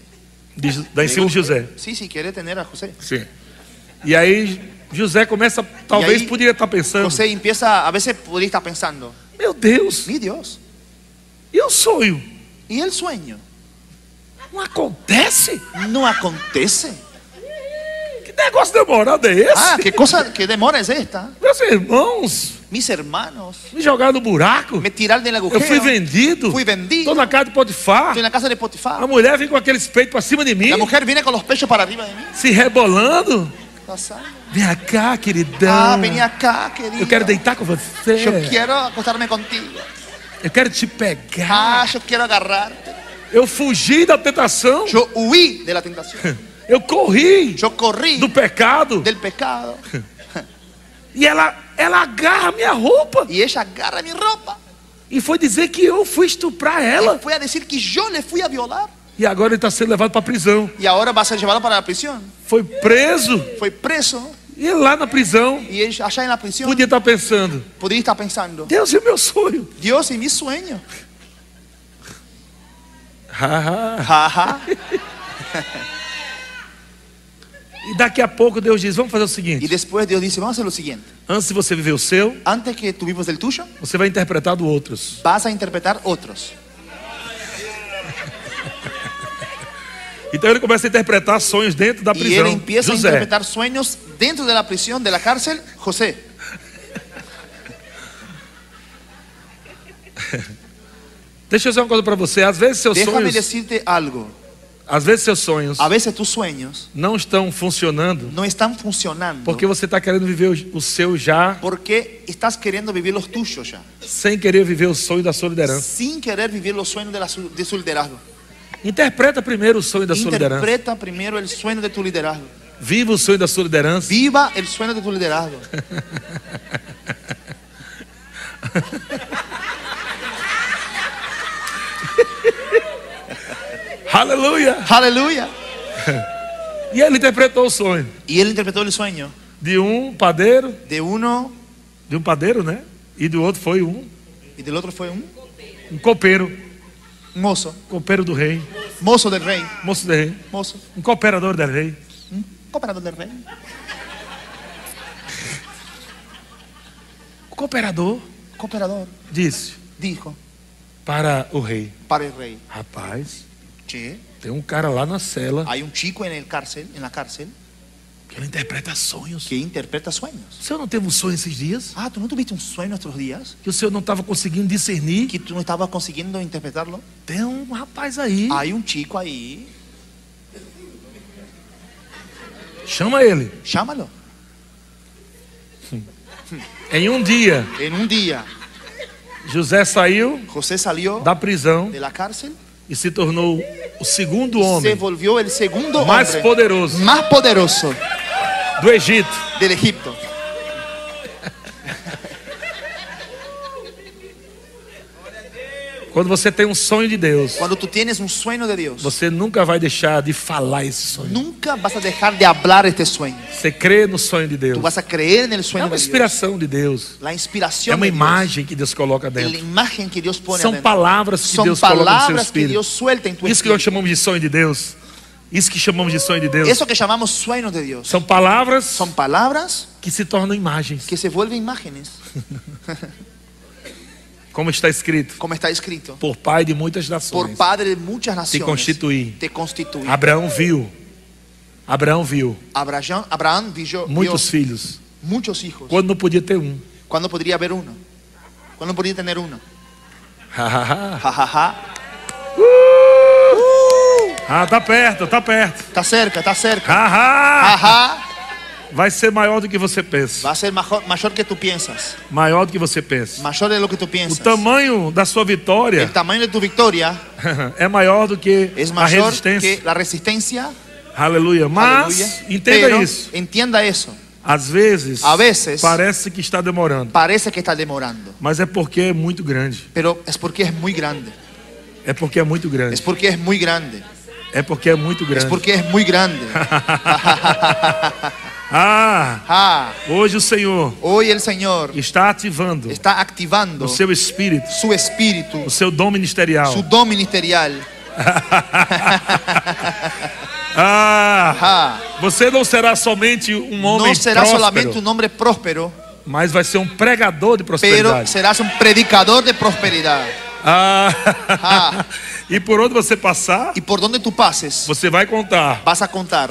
Speaker 1: De- dá em cima de José.
Speaker 2: Sí, sí, quiere tener a José.
Speaker 1: Sim. E aí José começa, talvez
Speaker 2: aí,
Speaker 1: poderia estar pensando,
Speaker 2: José empieza, a veces podría estar pensando,
Speaker 1: meu Deus,
Speaker 2: mi Dios,
Speaker 1: e o sonho?
Speaker 2: ¿y el sueño?
Speaker 1: Não acontece?
Speaker 2: No acontece.
Speaker 1: Que negócio demorado é esse?
Speaker 2: Ah, qué cosa, qué demora es esta.
Speaker 1: Meus irmãos,
Speaker 2: mis hermanos,
Speaker 1: Me jogaram no buraco.
Speaker 2: me tiraron del
Speaker 1: Eu
Speaker 2: agujero.
Speaker 1: fui vendido.
Speaker 2: Fui vendido.
Speaker 1: Estou na casa de Potifar.
Speaker 2: Estoy en la casa de
Speaker 1: A
Speaker 2: Potifar.
Speaker 1: mulher vem com aqueles peitos para cima de mim,
Speaker 2: La mujer viene con los pechos para arriba de mí.
Speaker 1: se rebolando.
Speaker 2: pasando.
Speaker 1: Vem cá, queridão.
Speaker 2: Ah, vení acá, querido.
Speaker 1: Eu quero deitar com você.
Speaker 2: Yo quiero acostarme contigo.
Speaker 1: Eu quero te pegar.
Speaker 2: Ah, yo quiero agarrarte.
Speaker 1: Eu fugi da tentação.
Speaker 2: Yo huí de la tentación.
Speaker 1: Eu corri
Speaker 2: Yo corrí
Speaker 1: do pecado.
Speaker 2: del pecado.
Speaker 1: E ela, ela agarra minha roupa.
Speaker 2: Y ella agarra mi ropa.
Speaker 1: E foi dizer que eu fui estuprar
Speaker 2: Él
Speaker 1: ela.
Speaker 2: fue a decir que yo le fui a violar.
Speaker 1: E agora ele está sendo levado para a prisão.
Speaker 2: Y ahora va a ser llevado para la prisión.
Speaker 1: Foi preso.
Speaker 2: Fue preso.
Speaker 1: E ele lá na prisão
Speaker 2: Y ella allá en la prisión
Speaker 1: podia estar pensando:
Speaker 2: podría estar pensando,
Speaker 1: Deus e o meu sonho.
Speaker 2: Dios y mi sueño.
Speaker 1: Ah,
Speaker 2: Ajá.
Speaker 1: e daqui a pouco Deus diz: Vamos fazer o
Speaker 2: Y
Speaker 1: seguinte.
Speaker 2: después Dios dice, vamos a hacer lo siguiente.
Speaker 1: Antes de você viver o seu,
Speaker 2: Antes que tuvimos el tuyo,
Speaker 1: você vai interpretar do outros.
Speaker 2: vas a interpretar otros.
Speaker 1: Então ele começa a interpretar sonhos dentro da
Speaker 2: Y él
Speaker 1: prisão.
Speaker 2: empieza a
Speaker 1: José.
Speaker 2: interpretar sueños dentro de la prisión, de la cárcel, José.
Speaker 1: Deixa eu dizer uma coisa para você. Às vezes seus
Speaker 2: Déjame
Speaker 1: sonhos,
Speaker 2: decirte algo.
Speaker 1: às vezes seus sonhos
Speaker 2: A veces tus sueños
Speaker 1: não estão funcionando
Speaker 2: no están funcionando
Speaker 1: porque você está querendo viver o, o seu já,
Speaker 2: porque estás queriendo vivir los tuyos ya,
Speaker 1: sem querer viver o sonho da sua liderança.
Speaker 2: sin querer vivir los sueños de, la su- de su liderazgo.
Speaker 1: Interpreta primeiro o sonho da sua liderança.
Speaker 2: Interpreta primero el sueño de tu liderazgo.
Speaker 1: Viva o sonho da sua liderança.
Speaker 2: Viva el sueño de tu liderazgo.
Speaker 1: Aleluia!
Speaker 2: Aleluya.
Speaker 1: E ele interpretou o sonho
Speaker 2: Y él interpretó el sueño
Speaker 1: de um padeiro,
Speaker 2: de uno
Speaker 1: de um padeiro, né? E do outro foi um,
Speaker 2: y del otro fue un
Speaker 1: um copeiro,
Speaker 2: mozo,
Speaker 1: copeiro do rei,
Speaker 2: mozo del rey,
Speaker 1: moço do rei,
Speaker 2: mozo,
Speaker 1: um cooperador do rei.
Speaker 2: cooperador del rey.
Speaker 1: O cooperador
Speaker 2: Cooperador
Speaker 1: disse
Speaker 2: dijo
Speaker 1: para o rei:
Speaker 2: para el rey,
Speaker 1: Rapaz,
Speaker 2: che,
Speaker 1: Tem um cara lá na cela
Speaker 2: hay un chico en el cárcel, en la cárcel
Speaker 1: que ele interpreta sonhos.
Speaker 2: que interpreta sueños.
Speaker 1: O senhor não teve um sonho esses dias?
Speaker 2: Ah, ¿tú no tuviste un sueño estos días?
Speaker 1: Que o senhor não estava conseguindo discernir?
Speaker 2: que tú no estabas consiguiendo interpretarlo.
Speaker 1: Tem um rapaz aí.
Speaker 2: Hay un chico ahí,
Speaker 1: Ah, Chama ele.
Speaker 2: llámalo.
Speaker 1: Em um dia,
Speaker 2: En un día,
Speaker 1: José saiu
Speaker 2: José salió
Speaker 1: da prisão
Speaker 2: de la cárcel,
Speaker 1: e se tornou o segundo
Speaker 2: se
Speaker 1: homem
Speaker 2: volvió el segundo
Speaker 1: mais
Speaker 2: hombre
Speaker 1: poderoso
Speaker 2: más poderoso
Speaker 1: do Egito.
Speaker 2: del Egipto.
Speaker 1: Quando você tem um sonho de Deus,
Speaker 2: Cuando tú tienes un sueño de Dios,
Speaker 1: você nunca vai deixar de falar esse sonho.
Speaker 2: nunca vas a dejar de hablar este sueño.
Speaker 1: Você crê no sonho de
Speaker 2: Tú
Speaker 1: Deus.
Speaker 2: vas a creer en el
Speaker 1: É
Speaker 2: sueño
Speaker 1: uma
Speaker 2: um de Dios.
Speaker 1: inspiração de Deus.
Speaker 2: La
Speaker 1: É
Speaker 2: inspiración
Speaker 1: uma
Speaker 2: de Dios.
Speaker 1: imagem que Deus coloca
Speaker 2: la
Speaker 1: dentro.
Speaker 2: imagen que Dios pone
Speaker 1: São
Speaker 2: adentro.
Speaker 1: palavras que
Speaker 2: Son
Speaker 1: Deus coloca no seu
Speaker 2: palabras que
Speaker 1: espírito.
Speaker 2: Dios suelta en tu
Speaker 1: Isso que nós
Speaker 2: espíritu.
Speaker 1: chamamos de sonho de Deus. Isso que chamamos de sonho de Deus.
Speaker 2: Eso que llamamos sueños de Dios
Speaker 1: São palavras
Speaker 2: son palabras
Speaker 1: que se tornam imagens,
Speaker 2: que se vuelven imágenes,
Speaker 1: como está escrito.
Speaker 2: como está escrito.
Speaker 1: Por pai de muitas
Speaker 2: por
Speaker 1: nações.
Speaker 2: padre de muchas naciones.
Speaker 1: constituí.
Speaker 2: Te constituí.
Speaker 1: Abraão viu. Abraão viu
Speaker 2: Abraham, Abraham vivió,
Speaker 1: muitos
Speaker 2: vio
Speaker 1: filhos,
Speaker 2: muchos hijos.
Speaker 1: quando não podia ter um.
Speaker 2: ¿Cuándo podría haber uno? ¿Cuándo podría tener uno?
Speaker 1: ah,
Speaker 2: Ja, ja, ja.
Speaker 1: tá perto, tá perto.
Speaker 2: Está cerca, está cerca.
Speaker 1: Ah, ah.
Speaker 2: Ajá.
Speaker 1: Vai ser maior do que você pensa.
Speaker 2: Va a ser majo- mayor que tú piensas.
Speaker 1: Maior do que você pensa.
Speaker 2: Mayor de lo que tú
Speaker 1: O
Speaker 2: piensas.
Speaker 1: tamanho da sua vitória
Speaker 2: El tamaño de tu victoria
Speaker 1: é maior do que
Speaker 2: es
Speaker 1: a
Speaker 2: mayor
Speaker 1: resistência.
Speaker 2: que la resistencia.
Speaker 1: Aleluia. Mas
Speaker 2: Aleluya.
Speaker 1: entenda
Speaker 2: Pero,
Speaker 1: isso.
Speaker 2: Entienda eso.
Speaker 1: Às vezes,
Speaker 2: A veces.
Speaker 1: parece que está demorando,
Speaker 2: Parece que está demorando.
Speaker 1: mas é porque é muito grande.
Speaker 2: Pero es porque es muy grande.
Speaker 1: É porque é muito
Speaker 2: Es
Speaker 1: grande.
Speaker 2: porque es muy grande.
Speaker 1: É porque é muito
Speaker 2: Es
Speaker 1: grande.
Speaker 2: porque es muy grande.
Speaker 1: Ah,
Speaker 2: Ah,
Speaker 1: hoje o Senhor
Speaker 2: hoy el Señor
Speaker 1: está ativando
Speaker 2: está activando
Speaker 1: o seu espírito,
Speaker 2: su espíritu,
Speaker 1: o seu dom ministerial.
Speaker 2: su don ministerial.
Speaker 1: Ah,
Speaker 2: Ajá.
Speaker 1: você não será somente um homem
Speaker 2: No será
Speaker 1: próspero,
Speaker 2: solamente un hombre próspero,
Speaker 1: mas vai ser um pregador de
Speaker 2: pero
Speaker 1: prosperidade.
Speaker 2: serás un predicador de prosperidad.
Speaker 1: Ah,
Speaker 2: Ah.
Speaker 1: e por onde você passar,
Speaker 2: Y por donde tú pases,
Speaker 1: você vai contar
Speaker 2: vas a contar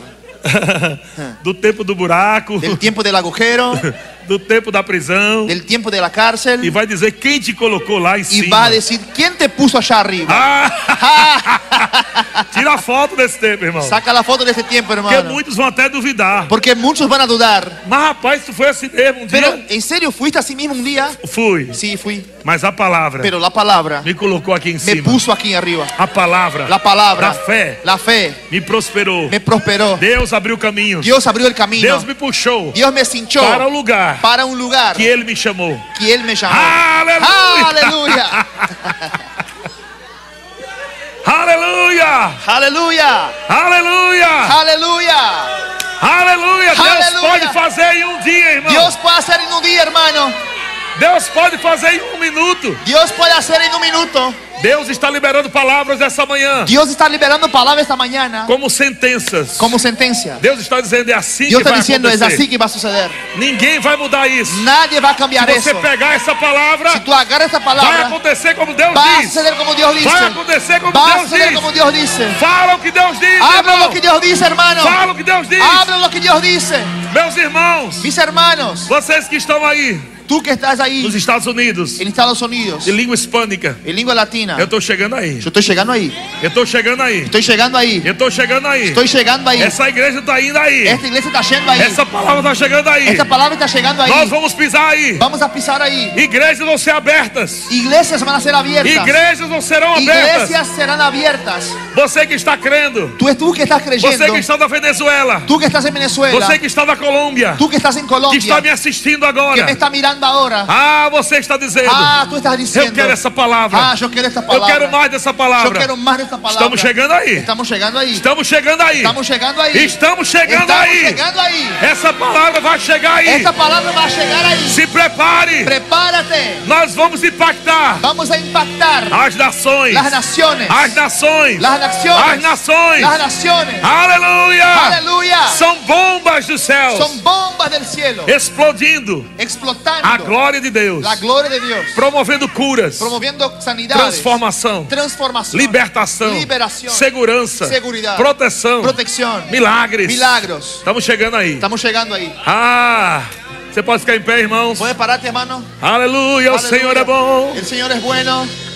Speaker 1: do tempo do buraco,
Speaker 2: del tiempo del agujero,
Speaker 1: do tempo da prisão.
Speaker 2: del tiempo de la
Speaker 1: E
Speaker 2: cárcel
Speaker 1: vai dizer quem te colocou lá em
Speaker 2: y va
Speaker 1: cima.
Speaker 2: a decir, ¿quién te puso allá arriba?
Speaker 1: Ah! Tira a foto desse tempo, irmão.
Speaker 2: Saca la foto de ese tiempo,
Speaker 1: Porque
Speaker 2: hermano.
Speaker 1: muitos vão até duvidar.
Speaker 2: Porque muchos van a dudar.
Speaker 1: Mas rapaz, isso foi assim mesmo. Um
Speaker 2: Pero,
Speaker 1: dia
Speaker 2: ¿en serio fuiste así mismo un día?
Speaker 1: fui.
Speaker 2: Sí, fui.
Speaker 1: Mas a palavra
Speaker 2: Pero la palabra
Speaker 1: me colocou aqui em
Speaker 2: me
Speaker 1: cima.
Speaker 2: puso aquí arriba.
Speaker 1: A palavra,
Speaker 2: La palabra,
Speaker 1: a fé,
Speaker 2: la fe,
Speaker 1: me prosperou.
Speaker 2: me prosperó.
Speaker 1: Deus abriu caminhos.
Speaker 2: Dios abrió el camino.
Speaker 1: Deus me puxou
Speaker 2: Dios me cinchó
Speaker 1: para o lugar
Speaker 2: para un lugar
Speaker 1: que Ele me chamou.
Speaker 2: que Él me llamó.
Speaker 1: Aleluia!
Speaker 2: Aleluya.
Speaker 1: Aleluia!
Speaker 2: Aleluya.
Speaker 1: Aleluia!
Speaker 2: Aleluya.
Speaker 1: Aleluia! Deus
Speaker 2: Aleluia!
Speaker 1: pode fazer em um dia, irmão.
Speaker 2: Dios puede hacer en un día, hermano.
Speaker 1: Deus pode fazer em um minuto.
Speaker 2: Dios puede hacer en un minuto.
Speaker 1: Deus está liberando palavras essa manhã
Speaker 2: Dios está liberando palabras esta mañana
Speaker 1: como sentenças.
Speaker 2: como sentencia.
Speaker 1: Deus está dizendo é assim
Speaker 2: Dios
Speaker 1: que
Speaker 2: está
Speaker 1: vai
Speaker 2: diciendo, es
Speaker 1: acontecer.
Speaker 2: así que va a suceder.
Speaker 1: Ninguém vai mudar isso.
Speaker 2: Nadie va a cambiar
Speaker 1: Se você
Speaker 2: eso.
Speaker 1: pegar essa palavra,
Speaker 2: Si tú agarras esta
Speaker 1: vai
Speaker 2: palabra,
Speaker 1: acontecer como Deus
Speaker 2: va a
Speaker 1: diz.
Speaker 2: suceder como Dios dice.
Speaker 1: Vai acontecer como
Speaker 2: Va a
Speaker 1: Deus
Speaker 2: suceder como
Speaker 1: diz.
Speaker 2: Dios dice.
Speaker 1: Fala o que Deus diz,
Speaker 2: Habla
Speaker 1: irmão.
Speaker 2: lo que Dios dice, hermano.
Speaker 1: Fala o que Deus diz.
Speaker 2: Habla lo que Dios dice.
Speaker 1: Meus irmãos,
Speaker 2: Mis hermanos,
Speaker 1: vocês que estão aí
Speaker 2: tú que estás
Speaker 1: nos
Speaker 2: ahí
Speaker 1: Estados Unidos,
Speaker 2: en Estados Unidos,
Speaker 1: de língua hispânica,
Speaker 2: en lengua latina,
Speaker 1: eu estou chegando aí.
Speaker 2: yo estoy llegando ahí.
Speaker 1: Eu estou chegando aí.
Speaker 2: Estoy llegando ahí.
Speaker 1: Eu estou chegando aí.
Speaker 2: Estoy llegando ahí.
Speaker 1: Essa igreja está indo aí.
Speaker 2: Esta iglesia está yendo ahí.
Speaker 1: Essa palavra tá está chegando aí.
Speaker 2: Esta palabra está llegando ahí.
Speaker 1: Nós vamos pisar aí.
Speaker 2: Vamos a pisar ahí.
Speaker 1: Igrejas vão ser abertas.
Speaker 2: Iglesias van a ser abiertas.
Speaker 1: Igrejas é não serão abertas.
Speaker 2: Iglesias serán abiertas.
Speaker 1: Você que está crendo.
Speaker 2: Tú, tú que estás creyendo,
Speaker 1: Você que está na Venezuela.
Speaker 2: tú que estás en Venezuela,
Speaker 1: Você que está na Colômbia.
Speaker 2: tú que estás en
Speaker 1: Que está
Speaker 2: Colombia,
Speaker 1: me assistindo
Speaker 2: que
Speaker 1: agora.
Speaker 2: me está mirando ahora.
Speaker 1: Ah, você está dizendo.
Speaker 2: Ah, tú estás
Speaker 1: Eu
Speaker 2: diciendo,
Speaker 1: quero essa palavra.
Speaker 2: ah, yo quiero esta
Speaker 1: Eu
Speaker 2: palabra.
Speaker 1: quero mais dessa
Speaker 2: Yo
Speaker 1: palavra.
Speaker 2: quiero más de esta palabra.
Speaker 1: Estamos chegando aí.
Speaker 2: Estamos llegando ahí.
Speaker 1: Estamos chegando aí.
Speaker 2: Estamos llegando ahí.
Speaker 1: Estamos chegando
Speaker 2: Estamos
Speaker 1: aí.
Speaker 2: llegando ahí.
Speaker 1: Essa palavra vai chegar aí.
Speaker 2: Esta palabra va a llegar ahí.
Speaker 1: Se prepare.
Speaker 2: Prepárate.
Speaker 1: Nós vamos impactar
Speaker 2: Vamos a impactar
Speaker 1: as nações.
Speaker 2: las naciones.
Speaker 1: As nações.
Speaker 2: Las
Speaker 1: As
Speaker 2: naciones.
Speaker 1: nações.
Speaker 2: Las naciones. Ah.
Speaker 1: Aleluia!
Speaker 2: Aleluya.
Speaker 1: São bombas do céu
Speaker 2: Son bombas del cielo.
Speaker 1: explodindo a
Speaker 2: Explotando
Speaker 1: glória de Deus,
Speaker 2: la gloria de Dios.
Speaker 1: promovendo curas,
Speaker 2: Promoviendo sanidades.
Speaker 1: transformação,
Speaker 2: Transformación.
Speaker 1: libertação,
Speaker 2: Liberación.
Speaker 1: segurança,
Speaker 2: Seguridade.
Speaker 1: proteção,
Speaker 2: Protección.
Speaker 1: milagres. Tá.
Speaker 2: Milagros.
Speaker 1: Estamos chegando aí.
Speaker 2: Estamos llegando ahí.
Speaker 1: Ah! Você pode ficar em pé, irmãos.
Speaker 2: ¿Puedes pararte, hermano?
Speaker 1: Aleluia, o
Speaker 2: Aleluia.
Speaker 1: Senhor é bom.
Speaker 2: El Señor es bueno.